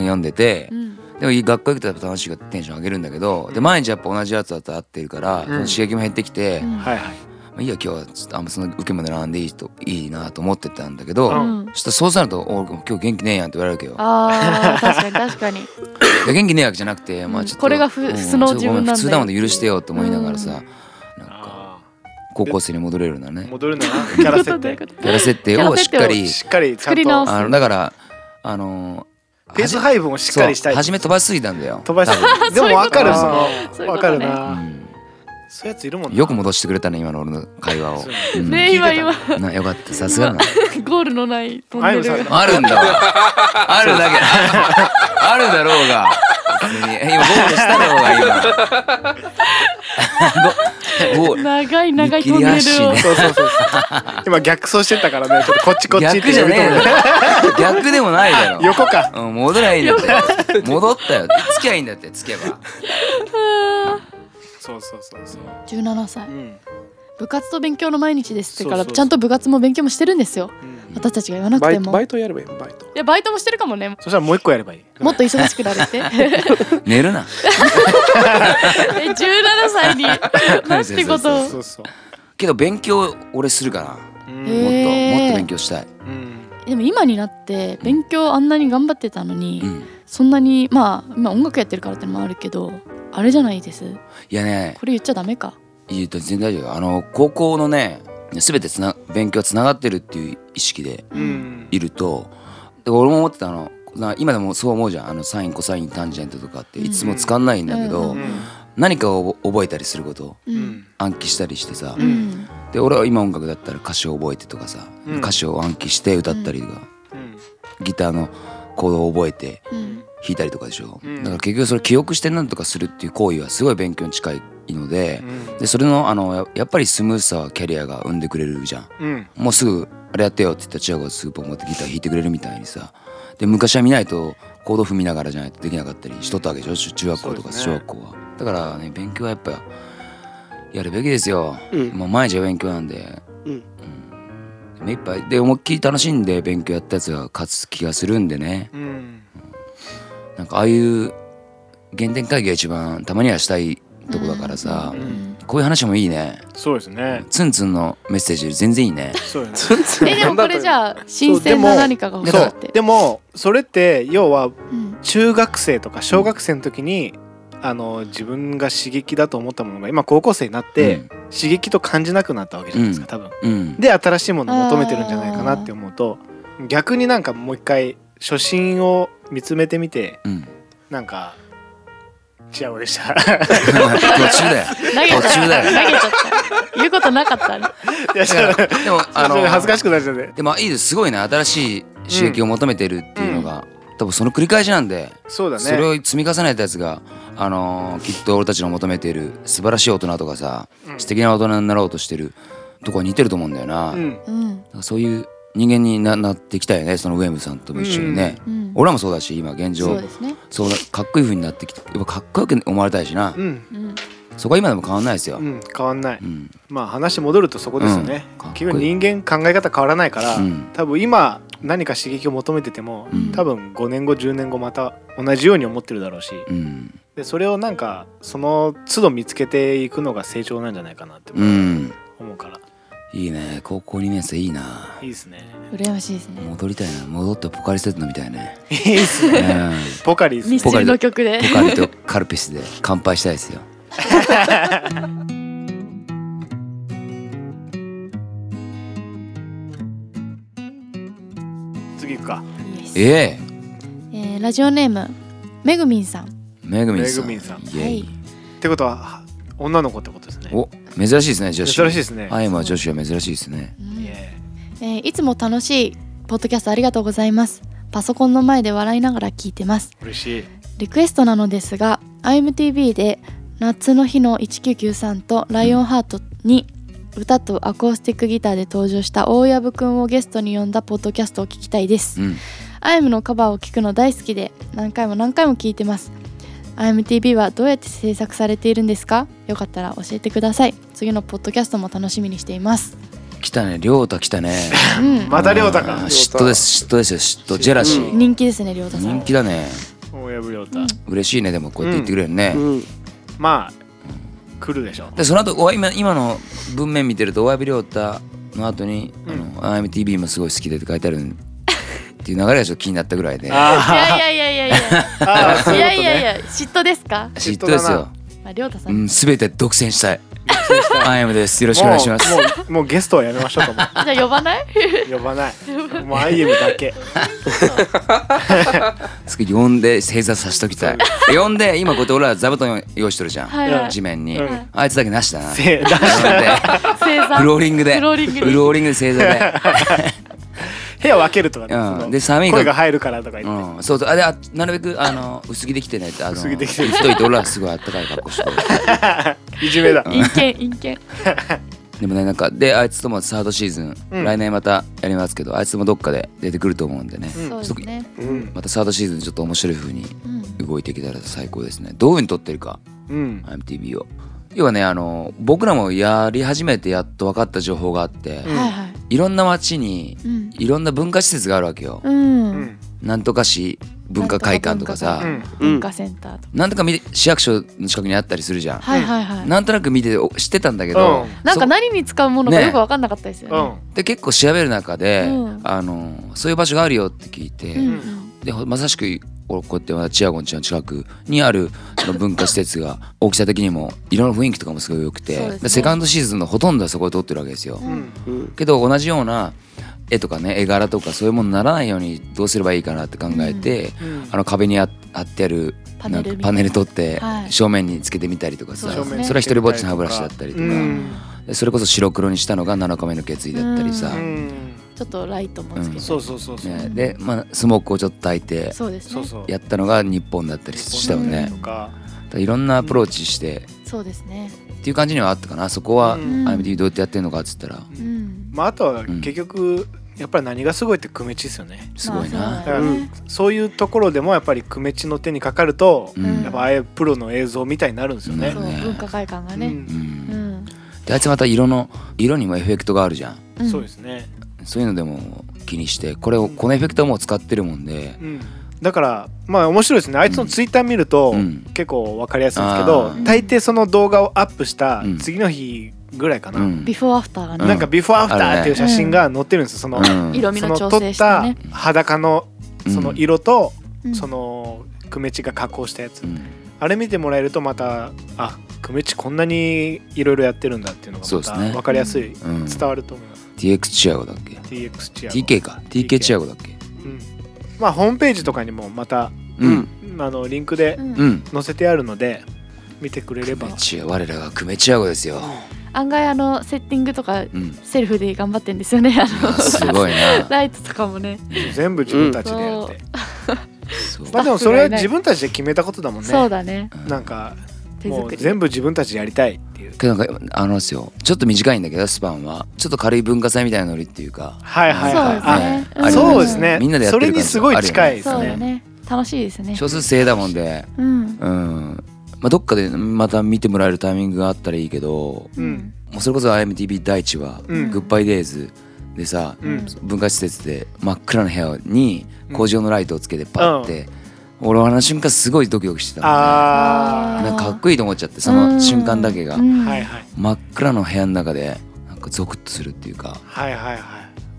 [SPEAKER 2] 読んでて
[SPEAKER 4] う、ん
[SPEAKER 2] でも学校行くとやっぱ楽しいからテンション上げるんだけどで毎日やっぱ同じやつだと会ってるから、その刺激も減ってきて、
[SPEAKER 4] う
[SPEAKER 2] ま
[SPEAKER 4] ん
[SPEAKER 3] はいはい
[SPEAKER 2] あいいや今日はちょっとあんまその受けも狙わんでいいといいなと思ってたんだけど、
[SPEAKER 3] う
[SPEAKER 4] うん
[SPEAKER 2] ちょっとそうすると「お今日元気ねえやん」って言われるわけよ。
[SPEAKER 4] あー確かに 確かに
[SPEAKER 2] いや元気ねえわけじゃなくて、ま
[SPEAKER 4] う
[SPEAKER 2] あ
[SPEAKER 4] ん
[SPEAKER 2] ちょっと、
[SPEAKER 4] これがふ
[SPEAKER 2] うん
[SPEAKER 4] 素の自分なんだよ
[SPEAKER 2] 普通だもんで許してよと思いながらさ、なんか
[SPEAKER 3] あ
[SPEAKER 2] 高校生に戻れるんだ
[SPEAKER 3] ー
[SPEAKER 2] ね。
[SPEAKER 3] 戻るんだなキャラ設
[SPEAKER 4] どういうこ
[SPEAKER 3] 定
[SPEAKER 4] と
[SPEAKER 2] キャラ設定をしっかり、
[SPEAKER 3] しっかりちゃ
[SPEAKER 4] 作
[SPEAKER 3] ん
[SPEAKER 4] り直
[SPEAKER 3] と
[SPEAKER 4] す
[SPEAKER 2] あのだからあの
[SPEAKER 3] ペース
[SPEAKER 2] は
[SPEAKER 3] 配分をしっかりしたい
[SPEAKER 2] そう初め飛ばしすぎたんだよ。
[SPEAKER 3] 飛ば
[SPEAKER 2] 多分
[SPEAKER 3] し でもわかるその
[SPEAKER 4] そういう
[SPEAKER 3] わ
[SPEAKER 4] ことね
[SPEAKER 3] かる
[SPEAKER 2] う
[SPEAKER 3] なんそういうやついるもんな
[SPEAKER 2] よく戻してくれたね今の俺の会話を
[SPEAKER 3] そう。
[SPEAKER 2] うん
[SPEAKER 4] ね今今
[SPEAKER 2] なよかったさすがだな。
[SPEAKER 4] ゴールのないトン
[SPEAKER 3] あ
[SPEAKER 4] ネ
[SPEAKER 3] ゆみさ
[SPEAKER 4] ル
[SPEAKER 3] ん
[SPEAKER 2] あるんだわ。あるだけ。 あるだろうが。別にえ今ゴールしただろうが 今ゴ。ゴール
[SPEAKER 4] 長い長いトンネル
[SPEAKER 2] 見切り
[SPEAKER 4] を
[SPEAKER 2] 発
[SPEAKER 3] そうそうそうそう今逆走してたからねちょっとこっちこっちって
[SPEAKER 2] 逆じゃねえ
[SPEAKER 3] 言う
[SPEAKER 2] だろ逆でもないだ
[SPEAKER 3] と
[SPEAKER 2] ろ
[SPEAKER 3] 思う横か
[SPEAKER 2] うん戻りゃいいんだって戻ったよつきゃいいんだってつけば
[SPEAKER 3] そうそうそうそう
[SPEAKER 4] 17
[SPEAKER 3] う
[SPEAKER 4] 歳
[SPEAKER 3] ん
[SPEAKER 4] 部活と勉強の毎日ですってか
[SPEAKER 3] そ
[SPEAKER 4] ら
[SPEAKER 3] うそうそう
[SPEAKER 4] ちゃんと部活も勉強もしてるんですよ
[SPEAKER 3] うん
[SPEAKER 4] 私たちが言わなく
[SPEAKER 5] バ
[SPEAKER 4] て
[SPEAKER 5] イト
[SPEAKER 4] も
[SPEAKER 5] バイトやればいいバイト
[SPEAKER 4] いやバイトもしてるかもね
[SPEAKER 3] そしたらもう一個やればいい
[SPEAKER 4] もっと忙しくなるって
[SPEAKER 2] 寝るな
[SPEAKER 4] え17 歳になんて
[SPEAKER 2] そ
[SPEAKER 4] こと
[SPEAKER 3] そ
[SPEAKER 4] を
[SPEAKER 3] うそう
[SPEAKER 2] けど勉強俺するかな
[SPEAKER 3] う
[SPEAKER 2] も
[SPEAKER 3] ん
[SPEAKER 4] へ
[SPEAKER 2] っと
[SPEAKER 4] えー
[SPEAKER 2] もっと勉強したい
[SPEAKER 3] うん
[SPEAKER 4] でも今になって勉強あんなに頑張ってたのに、
[SPEAKER 2] うん
[SPEAKER 4] そんなにまあ今音楽やってるからってのもあるけどあれじゃないです
[SPEAKER 2] いやね
[SPEAKER 4] これ言っちゃダメか
[SPEAKER 2] いや全然大丈夫あの高校のね全てつな勉強つながってるっていう意識で
[SPEAKER 3] うん
[SPEAKER 2] いるとで俺も思ってたあのな今でもそう思うじゃんあのサインコサインタンジェントとかっていつも使わないんだけど、
[SPEAKER 4] うん
[SPEAKER 2] 何かを覚えたりすること
[SPEAKER 4] う
[SPEAKER 3] うんん
[SPEAKER 2] 暗記したりしてさ、
[SPEAKER 4] うん、うん
[SPEAKER 2] で俺は今音楽だったら歌詞を覚えてとかさ、
[SPEAKER 3] うん
[SPEAKER 2] 歌詞を暗記して歌ったりとか、
[SPEAKER 3] うん
[SPEAKER 2] ギターのコードを覚えて
[SPEAKER 4] うん
[SPEAKER 2] 弾いたりとかでしょ、
[SPEAKER 3] うん
[SPEAKER 2] だから結局それ記憶して何とかするっていう行為はすごい勉強に近いので,、でそれのあのややっぱりスムーズさはキャリアが生んでくれるじゃん
[SPEAKER 3] うん
[SPEAKER 2] もうすぐあれやってよって言ったらチアゴがすぐポン持ってギター弾いてくれるみたいにさで昔は見ないとコード踏みながらじゃないとできなかったりしとったわけでしょ中中学校とか
[SPEAKER 3] そ
[SPEAKER 2] 小
[SPEAKER 3] うですね
[SPEAKER 2] 学校は、だからね勉強はやっぱやるべきですよ、
[SPEAKER 5] うん
[SPEAKER 2] まあ毎日は勉強なんで
[SPEAKER 5] うん
[SPEAKER 2] 目いっぱいで思いっきり楽しんで勉強やったやつが勝つ気がするんでね
[SPEAKER 3] うん
[SPEAKER 2] なんかああいう原点会議が一番たまにはしたいとこだからさ、
[SPEAKER 3] うん
[SPEAKER 2] こういう話もいいね
[SPEAKER 3] そうですね
[SPEAKER 2] ツンツンのメッセージより全然いいね
[SPEAKER 3] そうよね
[SPEAKER 4] えでもこれじゃあ新鮮な何かが欲し
[SPEAKER 3] そ
[SPEAKER 4] いうって
[SPEAKER 3] でもそれって要は
[SPEAKER 4] うん
[SPEAKER 3] 中学生とか小学生の時にあの自分が刺激だと思ったものが今高校生になって刺激と感じなくなったわけじゃないですか多分
[SPEAKER 2] うん、うん
[SPEAKER 3] で新しいものを求めてるんじゃないかなって思うと逆になんかもう一回初心を見つめてみて
[SPEAKER 2] うん、
[SPEAKER 3] なんか違うでした
[SPEAKER 2] 途中だよ
[SPEAKER 4] 投げちゃ
[SPEAKER 2] 途
[SPEAKER 4] っ
[SPEAKER 2] 中だ
[SPEAKER 4] た
[SPEAKER 2] よ
[SPEAKER 4] 投げちゃった言うことなかったね
[SPEAKER 3] いやち ょっと
[SPEAKER 2] でもあの
[SPEAKER 3] 恥ずかしくなっちゃって
[SPEAKER 2] でもいいですすごいね新しい刺激を求めてるっていうのが、多分その繰り返しなんで
[SPEAKER 3] そうだね
[SPEAKER 2] それを積み重ねたやつが、あのーきっと俺たちの求めている素晴らしい大人とかさ、
[SPEAKER 3] うん
[SPEAKER 2] 素敵な大人になろうとしてるとこに似てると思うんだよな,、な
[SPEAKER 3] う
[SPEAKER 2] ん
[SPEAKER 3] ん
[SPEAKER 4] うん
[SPEAKER 2] かそういう人間にななってきたよねそのウェムさんとも一緒にね、
[SPEAKER 4] うん
[SPEAKER 2] 俺らもそうだし今現
[SPEAKER 4] そ
[SPEAKER 2] 状
[SPEAKER 4] うですね
[SPEAKER 2] そうだかっこいい風になってきてやっぱかっこよく思われたいしな、
[SPEAKER 3] うん
[SPEAKER 4] うん
[SPEAKER 2] そこは今でも変わんないですよ、
[SPEAKER 3] う
[SPEAKER 2] うん
[SPEAKER 3] ん変わんない
[SPEAKER 2] うん
[SPEAKER 3] まあ話戻るとそこですよね
[SPEAKER 2] うんかっこいい
[SPEAKER 3] 結局人間考え方変わらないから
[SPEAKER 2] うん
[SPEAKER 3] 多分今何か刺激を求めてても
[SPEAKER 2] うん
[SPEAKER 3] 多分5年後10年後また同じように思ってるだろうし
[SPEAKER 2] うん
[SPEAKER 3] でそれをなんかその都度見つけていくのが成長なんじゃないかなって思うから
[SPEAKER 2] いいね高校2年生いいない
[SPEAKER 3] いですね
[SPEAKER 4] 羨ましいですね
[SPEAKER 2] 戻りたいな戻ってポカリセット飲みたいね、
[SPEAKER 3] いいっす
[SPEAKER 2] う
[SPEAKER 3] ね
[SPEAKER 2] ん
[SPEAKER 3] ポカリっすね
[SPEAKER 4] ミスチルの曲で
[SPEAKER 2] ポカリとカルピスで乾杯したいですよ
[SPEAKER 3] 次行くか
[SPEAKER 4] え
[SPEAKER 2] ええ
[SPEAKER 4] ーラジオネームめぐみんさん
[SPEAKER 2] めぐみんさん
[SPEAKER 3] めぐみんさん
[SPEAKER 2] イエイ
[SPEAKER 3] ってことはは女の子ってことですね
[SPEAKER 2] お珍しいですね女子
[SPEAKER 3] 珍しいですね
[SPEAKER 2] アイマ女子は珍しいですね
[SPEAKER 4] うん
[SPEAKER 3] いえ
[SPEAKER 4] えーいつも楽しいポッドキャストありがとうございますパソコンの前で笑いながら聞いてます
[SPEAKER 3] 嬉しい
[SPEAKER 4] リクエストなのですが IMTV で「夏の日の1993」と「ライオンハート」に歌とアコースティックギターで登場した大藪くんをゲストに呼んだポッドキャストを聞きたいです、
[SPEAKER 2] うん
[SPEAKER 4] アイムのカバーを聞くの大好きで何回も何回も聞いてます IMTV はどうやって制作されているんですかよかったら教えてください次のポッドキャストも楽しみにしています、
[SPEAKER 2] 来たね亮太来たね
[SPEAKER 4] う ん、
[SPEAKER 3] また亮太
[SPEAKER 2] あー
[SPEAKER 3] か
[SPEAKER 2] 嫉妬です嫉妬ですよ嫉妬ジェラシー
[SPEAKER 4] 人気ですね亮太さん
[SPEAKER 2] 人気だね
[SPEAKER 3] 大藪亮太
[SPEAKER 2] 嬉しいねでもこうやって言ってくれるね
[SPEAKER 5] うん
[SPEAKER 3] まあ来るでし ょ
[SPEAKER 2] でその後お今今の文面見てると「おやび亮太」の後に「あ
[SPEAKER 3] うん
[SPEAKER 2] の IMTV もすごい好きで」って書いてあるんっていう流れがちょっと気になったぐらいで
[SPEAKER 4] い
[SPEAKER 3] あ
[SPEAKER 4] やいやいや いやいや
[SPEAKER 3] ーあーそう
[SPEAKER 4] い
[SPEAKER 3] いうこと
[SPEAKER 4] や
[SPEAKER 3] ね
[SPEAKER 4] いやいや、嫉妬ですか。
[SPEAKER 2] 嫉
[SPEAKER 3] 嫉
[SPEAKER 2] 妬
[SPEAKER 3] 妬
[SPEAKER 2] で
[SPEAKER 3] だ
[SPEAKER 2] すよ
[SPEAKER 3] な、
[SPEAKER 4] まあ、りょうたさ。
[SPEAKER 2] うんん、
[SPEAKER 4] じ
[SPEAKER 2] 全て独占したい IM ですよろしくお願いします
[SPEAKER 3] もうもうもうゲストはやめましょうと思
[SPEAKER 4] ゃあ、呼ばない。
[SPEAKER 3] う呼ば ないもうアイエムだけ
[SPEAKER 2] すぐ呼んで正座させときたい呼んで今こうやって俺ら座布団用意してるじゃん、
[SPEAKER 4] はいはい
[SPEAKER 2] 地面に、
[SPEAKER 3] うん
[SPEAKER 2] あいつだけなしだな
[SPEAKER 3] せ出し
[SPEAKER 2] 呼んで
[SPEAKER 4] 正座。
[SPEAKER 2] フローリングで
[SPEAKER 4] フローリングで
[SPEAKER 2] フローリングで正座で、
[SPEAKER 3] 部屋分けるとかね、
[SPEAKER 2] うん
[SPEAKER 3] その
[SPEAKER 2] で寒いから
[SPEAKER 3] 声が入るからとか言って、
[SPEAKER 2] うん、そうそうあであなるべくあの薄着できてねってあの
[SPEAKER 3] 薄着できて
[SPEAKER 2] 言っといて俺らすごいあったかい格好してる
[SPEAKER 3] いじめだ、
[SPEAKER 4] 陰険、陰険。
[SPEAKER 2] でもねなんかであいつともサードシーズン、
[SPEAKER 3] うん
[SPEAKER 2] 来年またやりますけどあいつもどっかで出てくると思うんでね、
[SPEAKER 3] ん
[SPEAKER 4] そうですね。
[SPEAKER 5] うん
[SPEAKER 2] またサードシーズンちょっと面白い風に
[SPEAKER 4] うん。
[SPEAKER 2] 動いていけたら最高ですねどういう風に撮ってるか
[SPEAKER 3] うん、
[SPEAKER 2] IMTV を要はねあの僕らもやり始めてやっと分かった情報があって、
[SPEAKER 3] うん
[SPEAKER 4] はいはい。
[SPEAKER 2] いろんな町に
[SPEAKER 4] うん。
[SPEAKER 2] いろんな文化施設があるわけよ、
[SPEAKER 4] うん。
[SPEAKER 3] うん
[SPEAKER 2] なんとか市文化会館とかさ
[SPEAKER 4] な
[SPEAKER 2] なんん
[SPEAKER 4] と
[SPEAKER 3] うん
[SPEAKER 4] 文化センターとか。
[SPEAKER 2] とかみ市役所の近くにあったりするじゃん、
[SPEAKER 4] はいはいはい。
[SPEAKER 2] なんとなく見てお知ってたんだけど、
[SPEAKER 3] うん
[SPEAKER 4] なんか
[SPEAKER 2] そ
[SPEAKER 4] 何に使うものか
[SPEAKER 2] ね
[SPEAKER 4] よく分かんなかったです
[SPEAKER 3] う
[SPEAKER 4] よね。
[SPEAKER 3] ん
[SPEAKER 2] で結構調べる中で、
[SPEAKER 4] うん
[SPEAKER 2] あのそういう場所があるよって聞いて、
[SPEAKER 4] うん
[SPEAKER 3] う
[SPEAKER 2] でほまさしく俺こうやってまだチアゴンちゃんの近くにあるその文化施設が大きさ的にも色の雰囲気とかもすごい良くて
[SPEAKER 4] そう
[SPEAKER 2] で、
[SPEAKER 4] ですね
[SPEAKER 2] セカンドシーズンのほとんどはそこで撮ってるわけですよ。
[SPEAKER 3] うん
[SPEAKER 5] うん
[SPEAKER 2] けど同じような絵とかね絵柄とかそういうものにならないようにどうすればいいかなって考えて、
[SPEAKER 3] うん
[SPEAKER 2] あの壁にあ貼ってある
[SPEAKER 4] パ
[SPEAKER 2] な
[SPEAKER 4] ネ
[SPEAKER 2] んか
[SPEAKER 4] ルみた
[SPEAKER 2] パ
[SPEAKER 4] いな
[SPEAKER 2] ネル取って
[SPEAKER 4] はい
[SPEAKER 2] 正面につけてみたりとかさ、
[SPEAKER 4] そうですね
[SPEAKER 2] それは一人ぼっちの歯ブラシだったりとか、
[SPEAKER 3] うん
[SPEAKER 2] でそれこそ白黒にしたのが7日目の決意だったりさ、
[SPEAKER 4] う
[SPEAKER 3] うん
[SPEAKER 4] ちょっとライトもつけて。
[SPEAKER 3] そうそうそうそう、
[SPEAKER 2] ね、で、まあ、スモークをちょっと焚いて
[SPEAKER 4] そうです
[SPEAKER 3] そう
[SPEAKER 4] ね。
[SPEAKER 3] そう
[SPEAKER 2] やったのが日本だったりしたよね
[SPEAKER 3] と、か
[SPEAKER 2] だからいろんなアプローチして、
[SPEAKER 4] そうですね。
[SPEAKER 2] っていう感じにはあったかなそこは、
[SPEAKER 3] う
[SPEAKER 2] うん
[SPEAKER 4] ん
[SPEAKER 2] IMDb どうやってやってんのかっつったら
[SPEAKER 4] うん。
[SPEAKER 3] まああとは
[SPEAKER 2] ん
[SPEAKER 3] 結局、やっぱり何がすごいって久米地ですよね
[SPEAKER 2] すごいな、
[SPEAKER 4] まあ
[SPEAKER 3] だから、
[SPEAKER 5] うん
[SPEAKER 4] そうだよね
[SPEAKER 3] そういうところでもやっぱり久米地の手にかかると、
[SPEAKER 2] うん
[SPEAKER 4] うん
[SPEAKER 3] やっぱああいうプロの映像みたいになるんですよね
[SPEAKER 4] そ
[SPEAKER 2] だ
[SPEAKER 4] う、
[SPEAKER 2] よね
[SPEAKER 4] 文化会館が
[SPEAKER 3] う
[SPEAKER 4] ね。
[SPEAKER 2] うんん
[SPEAKER 4] うん。
[SPEAKER 2] であいつまた色の色にもエフェクトがあるじゃん
[SPEAKER 4] ん
[SPEAKER 3] そうですね、
[SPEAKER 2] そういうのでも気にしてこれをこのエフェクトはもう使ってるもんで、
[SPEAKER 3] うんだからまあ面白いですねあいつのツイッター見ると、
[SPEAKER 2] うん
[SPEAKER 3] 結構わかりやすいんですけど、
[SPEAKER 2] あ
[SPEAKER 4] ー
[SPEAKER 3] 大抵その動画をアップした
[SPEAKER 2] うん
[SPEAKER 3] 次の日ぐらいかな、
[SPEAKER 2] うん
[SPEAKER 4] ビフォーアフターが
[SPEAKER 2] う
[SPEAKER 4] ね。
[SPEAKER 3] なんかビフォーアフタ
[SPEAKER 2] あるね
[SPEAKER 3] ーっていう写真が載ってるんですよその、
[SPEAKER 2] うん
[SPEAKER 4] 色味
[SPEAKER 3] そ
[SPEAKER 4] の
[SPEAKER 3] の
[SPEAKER 4] 調
[SPEAKER 3] 撮っ
[SPEAKER 4] 整して
[SPEAKER 3] た
[SPEAKER 4] ね。
[SPEAKER 3] 裸のその
[SPEAKER 2] うん
[SPEAKER 3] 色と、
[SPEAKER 4] うん
[SPEAKER 3] その久米地が加工したやつ、
[SPEAKER 2] うん
[SPEAKER 3] あれ見てもらえるとまたあ久米地こんなにいろいろやってるんだっていうのが
[SPEAKER 2] そう
[SPEAKER 3] ま
[SPEAKER 2] です
[SPEAKER 3] た
[SPEAKER 2] ね
[SPEAKER 3] 分かりやすい、
[SPEAKER 2] うん
[SPEAKER 3] 伝わると思います、
[SPEAKER 2] TX チアゴだっけ
[SPEAKER 3] TX チアゴ
[SPEAKER 2] TK か TK チアゴだっけ
[SPEAKER 3] うんまあホームページとかにもまた
[SPEAKER 2] うん
[SPEAKER 3] あのリンクで
[SPEAKER 4] うん
[SPEAKER 2] うん
[SPEAKER 3] 載せてあるので見てくれれ
[SPEAKER 2] 久
[SPEAKER 3] ば
[SPEAKER 2] 米チア我らが久米チアゴですよ、
[SPEAKER 4] 案外あのセッティングとか
[SPEAKER 2] うん、
[SPEAKER 4] セルフで頑張ってんですよ ね。あの
[SPEAKER 2] すごい な
[SPEAKER 4] ライトとかもね。
[SPEAKER 3] 全部自分たちでやって、
[SPEAKER 2] そう
[SPEAKER 3] まあでもそれは自分たちで決めたことだもんね
[SPEAKER 4] そうだね。
[SPEAKER 2] うん
[SPEAKER 3] なんか
[SPEAKER 4] 手
[SPEAKER 3] も
[SPEAKER 4] 作
[SPEAKER 3] う
[SPEAKER 4] り。
[SPEAKER 3] 全部自分たちでやりたいっていう
[SPEAKER 2] けどなんかあのですよちょっと短いんだけどスパンはちょっと軽い文化祭みたいなノリっていうか
[SPEAKER 3] はいはいはい
[SPEAKER 4] そうです
[SPEAKER 2] あれ
[SPEAKER 3] あそうですね
[SPEAKER 4] ねん
[SPEAKER 2] みんなでやって
[SPEAKER 3] そ
[SPEAKER 2] る
[SPEAKER 3] れ
[SPEAKER 2] 感
[SPEAKER 3] に
[SPEAKER 2] じ
[SPEAKER 3] すごい近
[SPEAKER 2] あ
[SPEAKER 3] いで
[SPEAKER 2] る
[SPEAKER 3] す
[SPEAKER 4] そう
[SPEAKER 3] ね
[SPEAKER 4] だね。楽しいですね。
[SPEAKER 2] 少数制だもんで
[SPEAKER 4] うん。
[SPEAKER 2] うんまあどっかでまた見てもらえるタイミングがあったらいいけど
[SPEAKER 3] うん
[SPEAKER 2] もうそれこそ IMTV 第一は「
[SPEAKER 3] うん
[SPEAKER 2] グッバイデイズ」でさ、
[SPEAKER 3] うん
[SPEAKER 2] 文化施設で真っ暗な部屋に
[SPEAKER 3] うん
[SPEAKER 2] 工場のライトをつけてパッて、俺はあの瞬間すごいドキドキしてたもん
[SPEAKER 3] あ
[SPEAKER 2] ねなんかかっこいいと思っちゃってその瞬間だけが、
[SPEAKER 3] ーはいはい
[SPEAKER 2] 真っ暗の部屋の中でなんかゾクッとするっていうか、
[SPEAKER 3] はいはいはい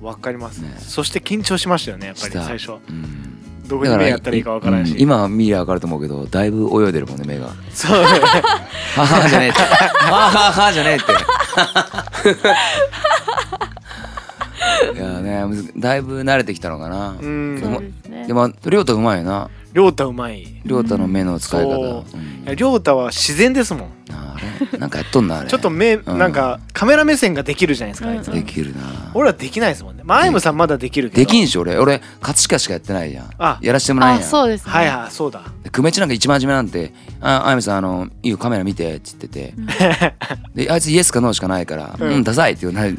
[SPEAKER 3] わかります
[SPEAKER 2] ね
[SPEAKER 3] そして緊張しましたよねやっぱり
[SPEAKER 2] した
[SPEAKER 3] 最初
[SPEAKER 2] うん、
[SPEAKER 3] どこに目やったらいいかわからんし
[SPEAKER 2] うん今は見りゃ分かると思うけどだいぶ泳いでるもんね目が
[SPEAKER 3] そうね
[SPEAKER 2] はははじゃねえって。はははじゃねえって。 いやーねむず、だいぶ慣れてきたのかな。
[SPEAKER 3] うん
[SPEAKER 4] そうですね
[SPEAKER 2] でも、りょうたうまいよな。
[SPEAKER 3] 亮太うまいい
[SPEAKER 2] りょうたの目の使い方。
[SPEAKER 3] そう
[SPEAKER 2] うん
[SPEAKER 3] や亮太は自然ですもん
[SPEAKER 2] ああれ、なんかやっとんな、あれ。
[SPEAKER 3] ちょっと目、
[SPEAKER 2] うん
[SPEAKER 3] なんかカメラ目線ができるじゃないですかあいつ
[SPEAKER 4] うん
[SPEAKER 2] できるな。
[SPEAKER 3] 俺らできないですもんねまあアイムさんまだできるけど
[SPEAKER 2] できん
[SPEAKER 3] し
[SPEAKER 2] し、俺、俺、葛飾しかやってないやん。
[SPEAKER 3] あ
[SPEAKER 2] やらしてもらえん
[SPEAKER 4] あ
[SPEAKER 2] やん。
[SPEAKER 4] そうですね
[SPEAKER 3] はいはいそうだ
[SPEAKER 2] で久米地なんか一番初めなんて「ああゆみさんあのいいよカメラ見て」っつってて、であいつイエスかノーしかないから「うん、ダサい」って言われて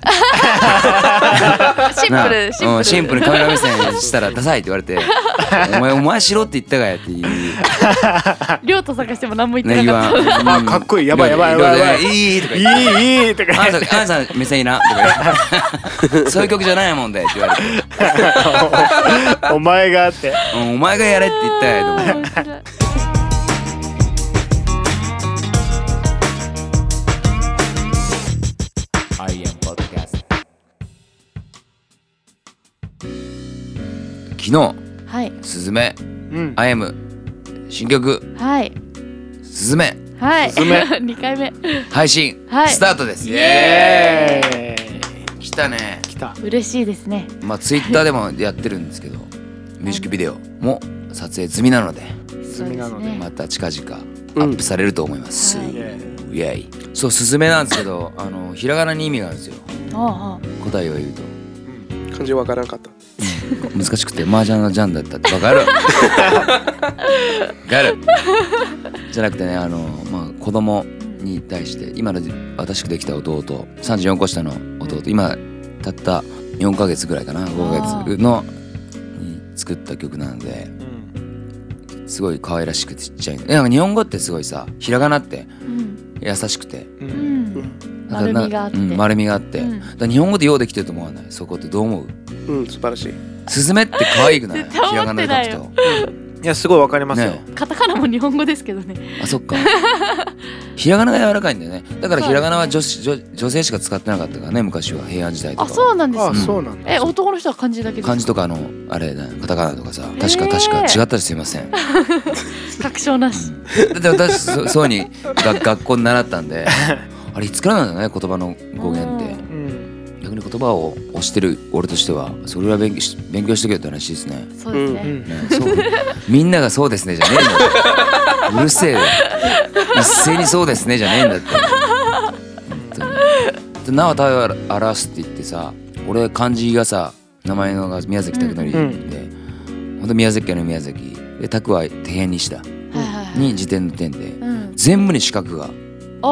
[SPEAKER 4] シンプルシンプル、
[SPEAKER 2] うん、シンプ ルにカメラ目線したら「ダサい」って言われ て「お前お前しろって言ったかや」って言う
[SPEAKER 4] りょうと探しても何も言っ
[SPEAKER 2] ね
[SPEAKER 4] て
[SPEAKER 2] 言
[SPEAKER 4] なか
[SPEAKER 2] わ
[SPEAKER 4] っ
[SPEAKER 2] ん、
[SPEAKER 4] た、
[SPEAKER 2] うん
[SPEAKER 3] あかっこいいやばいやばいやばいやばい
[SPEAKER 2] いいいいとか
[SPEAKER 3] いい
[SPEAKER 2] 言って
[SPEAKER 3] いいと
[SPEAKER 2] 「あ
[SPEAKER 3] か
[SPEAKER 2] んさんあんさん目線いいな」とか言って そういう曲じゃないもんで」って言われて
[SPEAKER 3] お前があって
[SPEAKER 2] 「うんお前がやれ」って言ったやと思って
[SPEAKER 4] 面白い
[SPEAKER 2] 昨日
[SPEAKER 4] はい
[SPEAKER 2] 「すずめ
[SPEAKER 3] うん
[SPEAKER 2] あやむ」新曲
[SPEAKER 4] はい
[SPEAKER 2] 「すずめ
[SPEAKER 4] はい
[SPEAKER 3] 進め
[SPEAKER 4] 二回目」
[SPEAKER 2] 配信、
[SPEAKER 4] はい
[SPEAKER 2] スタートです
[SPEAKER 4] イエ
[SPEAKER 3] えー
[SPEAKER 2] 来たね
[SPEAKER 3] 来た
[SPEAKER 4] 嬉しいですね
[SPEAKER 2] まあツイッターでもやってるんですけどミュージックビデオも撮影済みなので
[SPEAKER 4] そ
[SPEAKER 3] 進
[SPEAKER 4] う
[SPEAKER 3] み
[SPEAKER 4] で
[SPEAKER 3] な
[SPEAKER 4] す
[SPEAKER 3] ので
[SPEAKER 4] ね
[SPEAKER 2] また近々ア
[SPEAKER 5] うん
[SPEAKER 2] ップされると思います、
[SPEAKER 4] はい
[SPEAKER 3] イエーイ
[SPEAKER 2] イエイそうすずめなんですけどあのひらがなに意味があるんですよ
[SPEAKER 4] あ
[SPEAKER 2] 答えを言うと
[SPEAKER 5] 漢字わからんかった
[SPEAKER 2] 難しくて麻雀のジャンだったってわかるわ かるじゃなくてねあの、まあ、子供に対して今の私できた弟34個下の弟今たった4ヶ月ぐらいかな5ヶ月のに作った曲なのですごい可愛らしくてちっちゃいのえなんか日本語ってすごいさひらがなって
[SPEAKER 4] あうん
[SPEAKER 2] 優しくて
[SPEAKER 3] う
[SPEAKER 4] うんん
[SPEAKER 2] なんかな
[SPEAKER 4] 丸みがあって
[SPEAKER 2] うん、丸みがあって、
[SPEAKER 4] うん
[SPEAKER 2] だから日本語でようできてると思わないそこってどう思う
[SPEAKER 5] うん素晴らしい
[SPEAKER 2] スズメって可愛くない
[SPEAKER 4] 絶対
[SPEAKER 2] ひら
[SPEAKER 4] 思
[SPEAKER 2] が
[SPEAKER 4] っ
[SPEAKER 2] な
[SPEAKER 4] て
[SPEAKER 2] で
[SPEAKER 4] ない
[SPEAKER 2] 書
[SPEAKER 4] よ
[SPEAKER 2] くと
[SPEAKER 3] いやすごいわかりますよ
[SPEAKER 2] ね
[SPEAKER 4] カタカナも日本語ですけどね
[SPEAKER 2] あそっか ひらがなが柔らかいんだよねだからひらがなは女子女女性しか使ってなかったからね昔は平安時代と
[SPEAKER 4] あ
[SPEAKER 2] か
[SPEAKER 4] そうなんです
[SPEAKER 3] あ
[SPEAKER 4] ね
[SPEAKER 3] そうなんだ
[SPEAKER 4] え男の人は漢字だけですか
[SPEAKER 2] 漢字とかあのあれだよカタカナとかさ確か
[SPEAKER 4] えー
[SPEAKER 2] 確か違ったらすいませ ん、
[SPEAKER 4] 確証なし
[SPEAKER 2] だって私そそうにが学校に習ったん であれいつからなんだろうね言葉の語源って
[SPEAKER 4] うん
[SPEAKER 3] うん
[SPEAKER 2] 逆に言葉を推してる俺としてはそれは勉強し勉強してけよって話ですね。
[SPEAKER 4] そうですね、
[SPEAKER 3] う
[SPEAKER 2] ねそうみんながそうですねじゃねえんだよ。うるせえよ。一斉にそうですねじゃねえんだって。本当になおたわ表すって言ってさ俺漢字がさ名前のが宮崎拓典で、
[SPEAKER 3] う
[SPEAKER 2] 本当宮崎県の宮崎で拓は手編にした
[SPEAKER 4] はいはいはい
[SPEAKER 2] に辞典の点で
[SPEAKER 4] うん
[SPEAKER 2] 全部に四角が
[SPEAKER 4] あ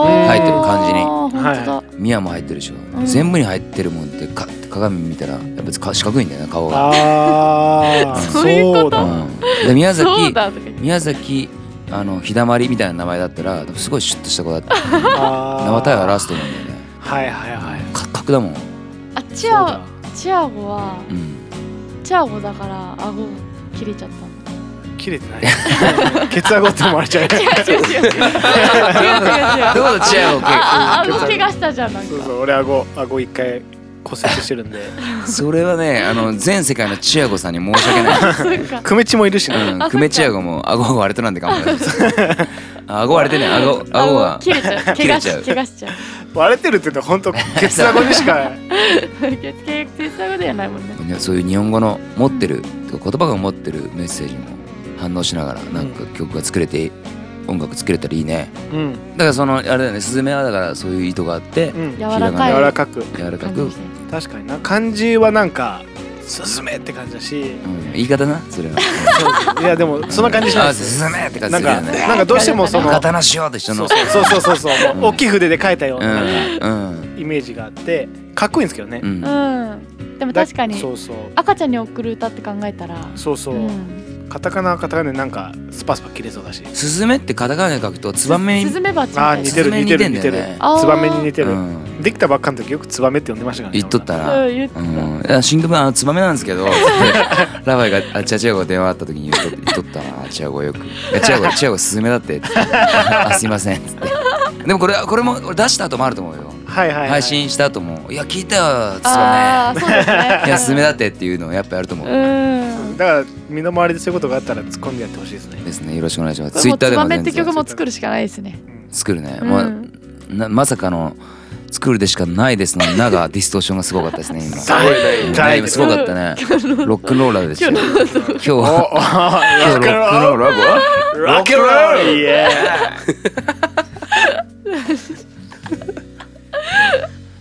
[SPEAKER 4] ー
[SPEAKER 2] 入ってる漢字に
[SPEAKER 4] 本当だ、
[SPEAKER 2] 宮も入ってるでしょ、
[SPEAKER 4] うん
[SPEAKER 2] 全部に入ってるもんってか鏡見たらやっぱか四角いんだよね顔が、
[SPEAKER 3] あー
[SPEAKER 4] そういうこと
[SPEAKER 3] そうだ
[SPEAKER 2] うん、で宮
[SPEAKER 4] そう
[SPEAKER 2] 崎
[SPEAKER 4] だとか言って
[SPEAKER 2] 宮崎あの日だまりみたいな名前だったらすごいシュッとした子だった名
[SPEAKER 3] 生
[SPEAKER 2] 前を表すと思うんだよね
[SPEAKER 3] はいはいはい
[SPEAKER 2] か角だもん、
[SPEAKER 4] あチ
[SPEAKER 3] そう
[SPEAKER 4] ア
[SPEAKER 3] だ
[SPEAKER 4] チアゴは
[SPEAKER 2] うん、
[SPEAKER 4] チアゴだから顎切れちゃったの
[SPEAKER 3] 切れてない ケツアゴって思われちゃう
[SPEAKER 4] 違う違う違う違う違う
[SPEAKER 2] どうい
[SPEAKER 4] 違う
[SPEAKER 2] うこと違う
[SPEAKER 4] ああ
[SPEAKER 3] 違う
[SPEAKER 4] 顎怪我したじゃんなん
[SPEAKER 3] そう
[SPEAKER 4] か
[SPEAKER 3] そう俺顎顎一回骨折してる んで
[SPEAKER 2] それはねあの全世界のチアゴさんに申し訳 な
[SPEAKER 4] そっか
[SPEAKER 3] クメチもいるしね
[SPEAKER 2] い、うん、久米チアゴも顎が割れてなんでかもない 顎割れてね顎顎が
[SPEAKER 4] 切れちゃう
[SPEAKER 2] 切
[SPEAKER 4] 怪
[SPEAKER 2] れ
[SPEAKER 4] 我
[SPEAKER 2] ちゃう
[SPEAKER 4] し怪我しちゃう
[SPEAKER 3] 割れてるって言うと本当 ケツアゴにしか
[SPEAKER 4] 怪我手伝うではないもん
[SPEAKER 2] ね
[SPEAKER 4] ね
[SPEAKER 2] そういう日本語の持ってる言葉が持ってるメッセージも反応しながらなんか曲が作れて音楽作れたらいいね
[SPEAKER 3] うん
[SPEAKER 2] だからそのあれだよね「すずめ」はだからそういう意図があって
[SPEAKER 3] うん
[SPEAKER 4] 柔
[SPEAKER 3] 柔
[SPEAKER 4] ら
[SPEAKER 2] はい
[SPEAKER 4] からい
[SPEAKER 3] かく
[SPEAKER 2] 柔らか
[SPEAKER 4] 感
[SPEAKER 2] く、
[SPEAKER 4] じ
[SPEAKER 2] うん
[SPEAKER 4] で、すね
[SPEAKER 3] 確かにな漢字はなんかスズメって感じだし
[SPEAKER 2] 言い方なそれは。
[SPEAKER 3] いやでもそんな感じしない
[SPEAKER 2] あ
[SPEAKER 3] で
[SPEAKER 2] 進
[SPEAKER 3] す
[SPEAKER 2] めって感じ
[SPEAKER 3] な
[SPEAKER 2] す
[SPEAKER 3] ん
[SPEAKER 2] るよ
[SPEAKER 3] か
[SPEAKER 2] ね。
[SPEAKER 3] なんかどうしてもその
[SPEAKER 2] 刀しようと一緒
[SPEAKER 3] そ
[SPEAKER 2] の。
[SPEAKER 3] うそうそうそうそうもう大きい筆で書いたよ
[SPEAKER 2] う
[SPEAKER 3] うなん
[SPEAKER 2] うん
[SPEAKER 3] イメージがあってかっこいいんですけどね
[SPEAKER 2] うん。
[SPEAKER 4] うんでも
[SPEAKER 3] だ
[SPEAKER 4] 確かに
[SPEAKER 3] そうそう
[SPEAKER 4] 赤ちゃんに送る歌って考えたら
[SPEAKER 3] そうそううんカタカナはカタカナでなんかスパスパ切れそうだし
[SPEAKER 2] すずめってカタカナで書くとツバメ
[SPEAKER 4] スズメバチみ
[SPEAKER 3] あー
[SPEAKER 4] たい
[SPEAKER 3] 似
[SPEAKER 4] な
[SPEAKER 3] てる
[SPEAKER 2] スズメ
[SPEAKER 3] 似
[SPEAKER 2] に
[SPEAKER 3] てる
[SPEAKER 2] 似
[SPEAKER 3] 似
[SPEAKER 2] て
[SPEAKER 3] て
[SPEAKER 2] んだ
[SPEAKER 3] る
[SPEAKER 2] よね
[SPEAKER 4] あー
[SPEAKER 3] ツバメに似て
[SPEAKER 2] う
[SPEAKER 3] る
[SPEAKER 2] ん
[SPEAKER 3] できたばっかの時よくツバメって呼んでましたからね
[SPEAKER 2] 言っとった
[SPEAKER 4] う
[SPEAKER 2] ら。
[SPEAKER 4] ん言
[SPEAKER 2] う
[SPEAKER 4] ってた
[SPEAKER 2] ん、いや新曲はあのツバメなんですけど、つってラバイがあチアチアゴ電話あった時に言っと言っとったなチアゴよく、いやチアゴチアゴスズメだ って、つってあすいませんっつって、でもこれこれも俺出した後もあると思うよ、
[SPEAKER 3] はいはいはい
[SPEAKER 2] 配信した後もいや聞いたよツバ
[SPEAKER 4] ああそうですね
[SPEAKER 2] メ、いやスズメだってっていうのをやっぱやると思う、
[SPEAKER 4] うん
[SPEAKER 3] だから身の回りでそういうことがあったら突っ込んでやってほしいですね
[SPEAKER 2] ですねよろしくお願いします。
[SPEAKER 4] もう
[SPEAKER 2] ツイッターで
[SPEAKER 4] ツバ
[SPEAKER 2] も
[SPEAKER 4] メっ
[SPEAKER 2] 全
[SPEAKER 4] て
[SPEAKER 2] 然
[SPEAKER 4] 曲も作るしかないですね
[SPEAKER 3] うん
[SPEAKER 2] 作るね、
[SPEAKER 4] うん
[SPEAKER 2] まあなまさかの作るでしかないですのに「な」がディストーションがすごかったですね今
[SPEAKER 3] さ
[SPEAKER 2] うん
[SPEAKER 3] だ
[SPEAKER 2] だい
[SPEAKER 3] いぶ
[SPEAKER 2] ぶすごかったねロックンローラーでしたよ 今日
[SPEAKER 3] おお
[SPEAKER 2] は今日 ロック
[SPEAKER 3] ロック
[SPEAKER 2] ン
[SPEAKER 3] ンロ
[SPEAKER 2] ロ
[SPEAKER 3] ー
[SPEAKER 2] ーラー
[SPEAKER 3] ルロックンロールイエ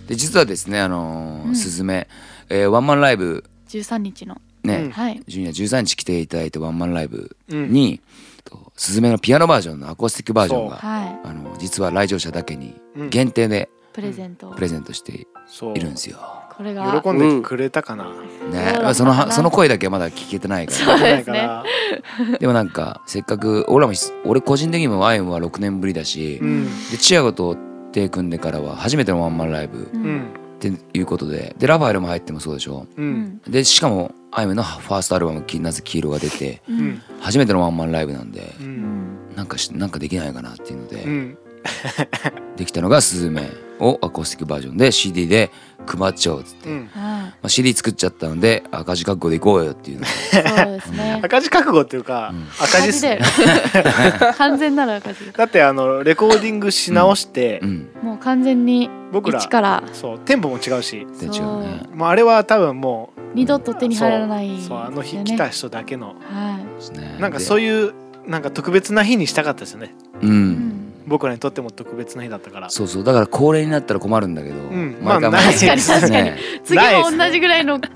[SPEAKER 2] で実はですねあのー
[SPEAKER 4] うん
[SPEAKER 2] スズメ、えーワンマンライブ
[SPEAKER 4] 13日の、
[SPEAKER 2] ね、
[SPEAKER 3] うん
[SPEAKER 4] はい
[SPEAKER 2] ジュニア13日来ていただいたワンマンライブ
[SPEAKER 3] ーイ
[SPEAKER 2] に、とスズメのピアノバージョンのアコースティックバージョンが
[SPEAKER 4] はい
[SPEAKER 2] あの実は来場者だけに
[SPEAKER 3] うん
[SPEAKER 2] 限定で
[SPEAKER 4] プレゼントを
[SPEAKER 2] プレゼントして
[SPEAKER 3] そう
[SPEAKER 2] いるんですよ。
[SPEAKER 4] これが
[SPEAKER 3] 喜んでくれたかな
[SPEAKER 2] ね
[SPEAKER 4] そうだ、
[SPEAKER 2] そのは
[SPEAKER 4] な
[SPEAKER 2] その声だけはまだ聞けてないか
[SPEAKER 4] そうですね
[SPEAKER 3] な
[SPEAKER 2] らでもなんかせっかく俺らも俺個人的にもワインは6年ぶりだし、
[SPEAKER 3] うん
[SPEAKER 2] でチアゴと手組んでからは初めてのワンマンライブ
[SPEAKER 4] う
[SPEAKER 3] うんん
[SPEAKER 2] っていうことででラファエルも入ってもそうでしょ
[SPEAKER 3] う
[SPEAKER 4] うんん
[SPEAKER 2] でしかもあいみょんのファーストアルバム「きなぜ黄色」が出て
[SPEAKER 4] う
[SPEAKER 3] うんん
[SPEAKER 2] 初めてのワンマンライブなんで
[SPEAKER 3] う
[SPEAKER 4] うんん
[SPEAKER 2] なんかしなんかできないかなっていうので、
[SPEAKER 3] うん
[SPEAKER 2] できたのが「スズメ」をアコースティックバージョンで CD で配っちゃおうっつって、
[SPEAKER 3] う
[SPEAKER 2] ま
[SPEAKER 3] ん
[SPEAKER 4] は
[SPEAKER 2] あ、CD 作っちゃったので赤字覚悟でいこうよっていうの
[SPEAKER 4] いそうで すね
[SPEAKER 3] 赤字覚悟っていうか
[SPEAKER 2] うん
[SPEAKER 3] 赤字っすね
[SPEAKER 4] だよ完全なる赤字
[SPEAKER 3] だってあのレコーディングし直して
[SPEAKER 2] うん
[SPEAKER 4] もう完全に
[SPEAKER 3] 僕ら
[SPEAKER 4] 一から
[SPEAKER 3] そうテンポも違うし
[SPEAKER 2] 全然違うね
[SPEAKER 3] もうあれは多分もう
[SPEAKER 4] 二度と手に入らない
[SPEAKER 3] そうそうあの日
[SPEAKER 4] です
[SPEAKER 3] 来
[SPEAKER 4] よ
[SPEAKER 3] た
[SPEAKER 4] ね
[SPEAKER 3] 人だけの
[SPEAKER 4] は
[SPEAKER 2] ですね
[SPEAKER 3] なんかそう
[SPEAKER 2] い
[SPEAKER 3] いうなんか特別な日にしたかったですよね
[SPEAKER 2] う、う、
[SPEAKER 4] いうんん
[SPEAKER 3] 僕らにとっても特別な日だったから
[SPEAKER 2] そうそうだから高齢になったら困るんだけど、
[SPEAKER 3] ん
[SPEAKER 2] 毎回
[SPEAKER 3] まあ
[SPEAKER 2] 毎回
[SPEAKER 3] ない
[SPEAKER 4] 確かに
[SPEAKER 2] ね
[SPEAKER 4] 次
[SPEAKER 3] ないで
[SPEAKER 4] も
[SPEAKER 3] すね
[SPEAKER 4] 同じぐらいの期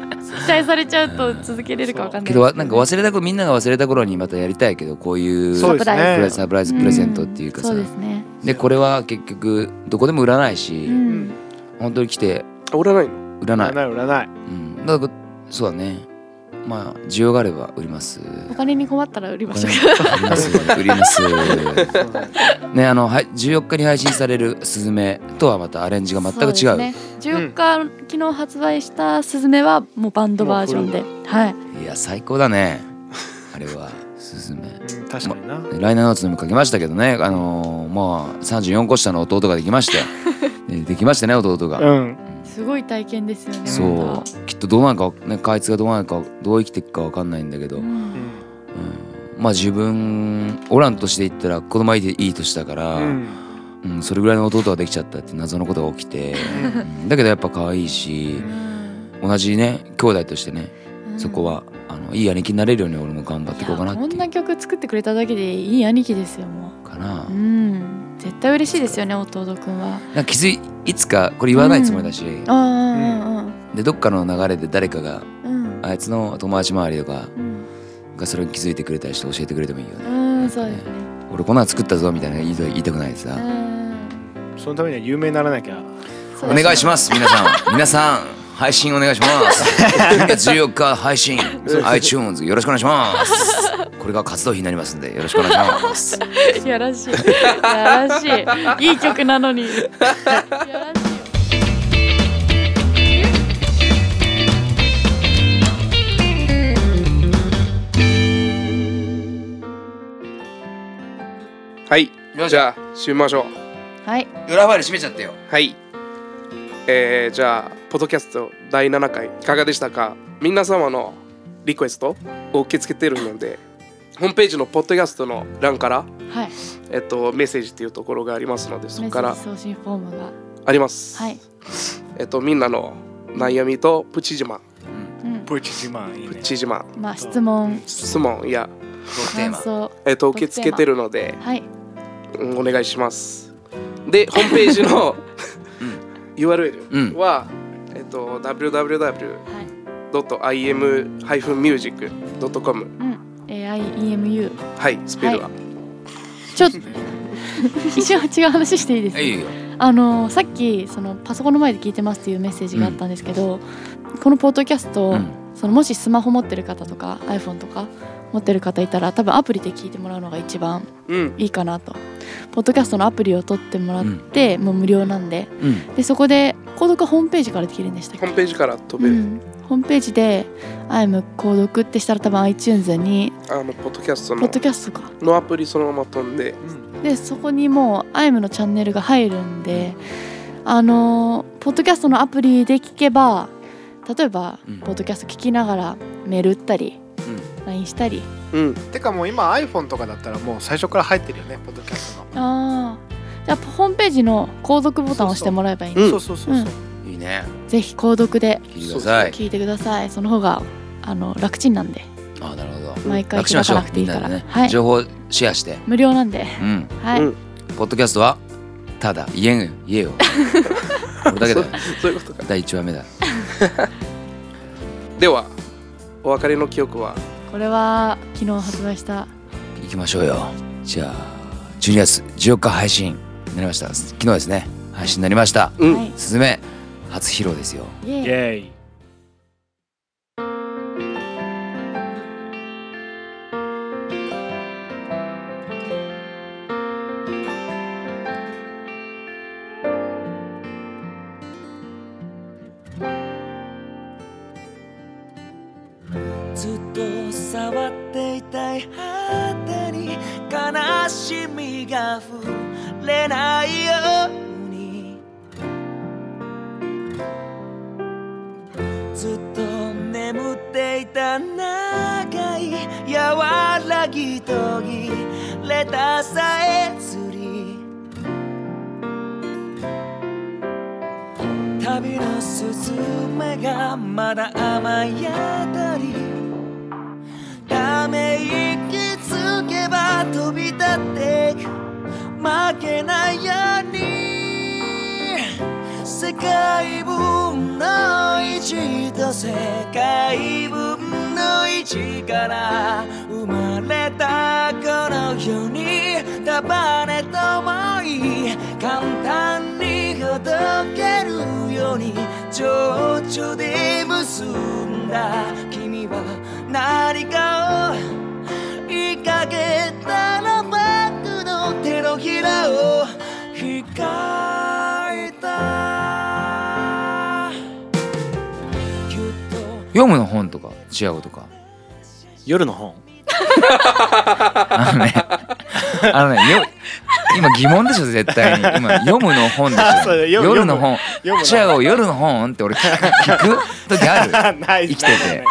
[SPEAKER 4] 待されちゃうと続けれるかわかんない
[SPEAKER 2] けどわなんか忘れたこみんなが忘れた頃にまたやりたいけどこういう
[SPEAKER 3] そうです
[SPEAKER 4] サプライ
[SPEAKER 2] プレ
[SPEAKER 3] ね
[SPEAKER 2] サプライズプレゼントっていうかさ、
[SPEAKER 4] んそうですね
[SPEAKER 2] でこれは結局どこでも売らないし、
[SPEAKER 4] うん
[SPEAKER 2] 本当に来て
[SPEAKER 5] あ売らないの
[SPEAKER 2] 売らない、
[SPEAKER 3] 占い占い
[SPEAKER 2] うん、だからそうだねまあ需要があれば売ります
[SPEAKER 4] お金に困ったら売り
[SPEAKER 2] お
[SPEAKER 4] ましょ
[SPEAKER 2] 金
[SPEAKER 4] う
[SPEAKER 2] があります売ります
[SPEAKER 3] そうだね
[SPEAKER 2] ねあのはい14日に配信される「スズメとはまたアレンジが全く違う
[SPEAKER 4] そうですね14日、昨日発売した「スズメはもうバンドバージョンではい
[SPEAKER 2] いや最高だねあれは「スズメ
[SPEAKER 3] うん確かにな
[SPEAKER 2] ライナーノーツにも書きましたけどねあのーまあ34個下の弟ができましてえできましたね弟が、
[SPEAKER 3] うん
[SPEAKER 4] すごい体験ですよね
[SPEAKER 2] そ
[SPEAKER 4] ま
[SPEAKER 2] うきっとどうなるかわ、ね、あいつがどうなるかどう生きていくかわかんないんだけど、
[SPEAKER 4] たう
[SPEAKER 2] うん
[SPEAKER 4] ん
[SPEAKER 2] まあ自分オランとして言ったら子供はいいいい年だから、
[SPEAKER 3] う
[SPEAKER 2] うん
[SPEAKER 3] ん
[SPEAKER 2] それぐらいの弟ができちゃったって謎のことが起きて、うんだけどやっぱ可愛いし
[SPEAKER 3] う、
[SPEAKER 2] 同じね兄弟としてね、
[SPEAKER 4] うん
[SPEAKER 2] そこはあのいい兄貴になれるように俺も頑張っていこうかなっ
[SPEAKER 4] いや
[SPEAKER 2] て
[SPEAKER 4] こ
[SPEAKER 2] いう
[SPEAKER 4] んな曲作ってくれただけでいい兄貴ですよも
[SPEAKER 2] かな,、
[SPEAKER 4] ううん絶対嬉しいですよね弟くんは
[SPEAKER 2] なんか気づいいつかこれ言わないつもりだし、
[SPEAKER 4] ああ
[SPEAKER 2] でどっかの流れで誰かが
[SPEAKER 4] うんうん
[SPEAKER 2] あいつの友達周りとか
[SPEAKER 4] うん
[SPEAKER 2] がそれに気づいてくれたりして教えてくれてもいいよね、
[SPEAKER 4] うんそうですね
[SPEAKER 2] 俺こんなの作ったぞみたいなの言いた言いたくないで
[SPEAKER 4] う
[SPEAKER 2] さ、
[SPEAKER 4] ん
[SPEAKER 3] そのためには有名にならなきゃ
[SPEAKER 4] そう
[SPEAKER 2] お
[SPEAKER 4] ですね
[SPEAKER 2] 願いします皆さん皆さん配信お願いします14日配信 iTunes よろしくお願いしますこれが活動費になりますんでよろしくお願いします
[SPEAKER 4] いやらしい。いやらしい。いい曲なのに。いやらしいよ。
[SPEAKER 5] はい
[SPEAKER 2] よし
[SPEAKER 5] じゃあ締めましょう
[SPEAKER 4] はい。
[SPEAKER 2] 裏ファイル閉めちゃってよ
[SPEAKER 5] はいえー、じゃあポッドキャスト第7回いかがでしたか皆様のリクエストを受け付けているのでホームページのポッドキャストの欄から、
[SPEAKER 4] はい。
[SPEAKER 5] えっと、メッセージっていうところがありますのでそ
[SPEAKER 4] メ
[SPEAKER 5] こ
[SPEAKER 4] ッセー
[SPEAKER 5] から
[SPEAKER 4] ジ送信フォームが。
[SPEAKER 5] あります、
[SPEAKER 4] はい。
[SPEAKER 5] えっと、みんなの悩みとプチ自慢
[SPEAKER 4] うん。
[SPEAKER 3] プチ自慢いい
[SPEAKER 5] プ
[SPEAKER 3] ね
[SPEAKER 5] チ自慢
[SPEAKER 4] まあ質問、
[SPEAKER 5] 質問いや、
[SPEAKER 2] テーマ
[SPEAKER 4] 感想、
[SPEAKER 5] えっと、受け付けてるので
[SPEAKER 4] はい。
[SPEAKER 5] うんお願いしますでホームページの URL は、えっと、
[SPEAKER 4] はい。
[SPEAKER 5] www.im-music.com
[SPEAKER 4] うん。A I E M U。
[SPEAKER 5] はいスペルは、
[SPEAKER 4] ちょっと一応違う話していいです
[SPEAKER 2] は
[SPEAKER 4] か。
[SPEAKER 2] いいよ
[SPEAKER 4] あのさっきそのパソコンの前で聞いてますっていうメッセージがあったんですけど、このポッドキャスト、
[SPEAKER 2] うん
[SPEAKER 4] そのもしスマホ持ってる方とか iPhone とか持ってる方いたら多分アプリで聞いてもらうのが一番
[SPEAKER 5] うん
[SPEAKER 4] いいかなとポッドキャストのアプリを取ってもらって、もう無料なんで
[SPEAKER 2] うん
[SPEAKER 4] でそこで購読はホームページからできるんでしたっ
[SPEAKER 5] ホーム
[SPEAKER 4] け
[SPEAKER 5] ページから飛
[SPEAKER 4] う
[SPEAKER 5] べる、
[SPEAKER 4] ん、ホームページで「I'm 購読」ってしたら多分 iTunes に
[SPEAKER 5] あのポッドキャスト
[SPEAKER 4] ポッ
[SPEAKER 5] の
[SPEAKER 4] ドキャストか
[SPEAKER 5] のアプリそのまま飛んで
[SPEAKER 4] でそこにもう I'm のチャンネルが入るんであのーポッドキャストのアプリで聞けば例えば、
[SPEAKER 2] うん
[SPEAKER 4] ポッドキャスト聞きながらメール打ったり LINE したり
[SPEAKER 5] うん
[SPEAKER 3] てかもう今 iPhone とかだったらもう最初から入ってるよねポッドキャストの
[SPEAKER 4] あーじゃあホームページの購読ボタンを押してもらえばいいね
[SPEAKER 5] うん
[SPEAKER 3] そうそうそうそう、
[SPEAKER 2] いいね
[SPEAKER 4] ぜひ購読で
[SPEAKER 2] 聞いてください
[SPEAKER 4] 聞いてくださいその方があの楽ちんなんで
[SPEAKER 2] あなるほど
[SPEAKER 4] 毎回
[SPEAKER 2] 楽しま
[SPEAKER 4] 開
[SPEAKER 2] し
[SPEAKER 4] か
[SPEAKER 2] ょう
[SPEAKER 4] なくて
[SPEAKER 2] み
[SPEAKER 4] い
[SPEAKER 2] ん
[SPEAKER 4] いか
[SPEAKER 2] な
[SPEAKER 4] ら、
[SPEAKER 2] でね、
[SPEAKER 4] はい
[SPEAKER 2] 情報シェアして
[SPEAKER 4] 無料なんで
[SPEAKER 2] うん
[SPEAKER 4] はい、
[SPEAKER 5] うん
[SPEAKER 2] ポッドキャストはただ言えんよ言え よ俺だけだよ
[SPEAKER 5] そういうことか
[SPEAKER 2] 第一話目だ
[SPEAKER 5] ではお別れの記憶は
[SPEAKER 4] これは昨日発売した
[SPEAKER 2] 行きましょうよじゃあ12月14日配信になりました昨日ですね配信になりました
[SPEAKER 5] うん、
[SPEAKER 4] はい
[SPEAKER 2] すずめ初披露ですよ
[SPEAKER 4] イエーイ
[SPEAKER 3] イエーイ
[SPEAKER 1] ずっと触っていたい果てに悲しみが触れないようにずっと眠っていた長い柔らぎとぎれたさえずり旅のすずめがまだ雨宿りため息つけば飛び立ってく負けないように世界分の一と世界分の一から生まれたこの世に束ねともい簡単にほどけるように情緒で結んだ君は何かを言いかけたら僕の手のひらを控えたきっと
[SPEAKER 2] 読むの本とかチアゴとか
[SPEAKER 3] 夜の 本
[SPEAKER 2] あのねあのね よ今疑問でしょ絶対に今読むの本で し
[SPEAKER 3] そ
[SPEAKER 2] ょ
[SPEAKER 3] うよ読む
[SPEAKER 2] 夜の本
[SPEAKER 3] 読むの
[SPEAKER 2] チアゴ夜の本って俺聞く聞く時ある
[SPEAKER 3] ない
[SPEAKER 2] 生きてて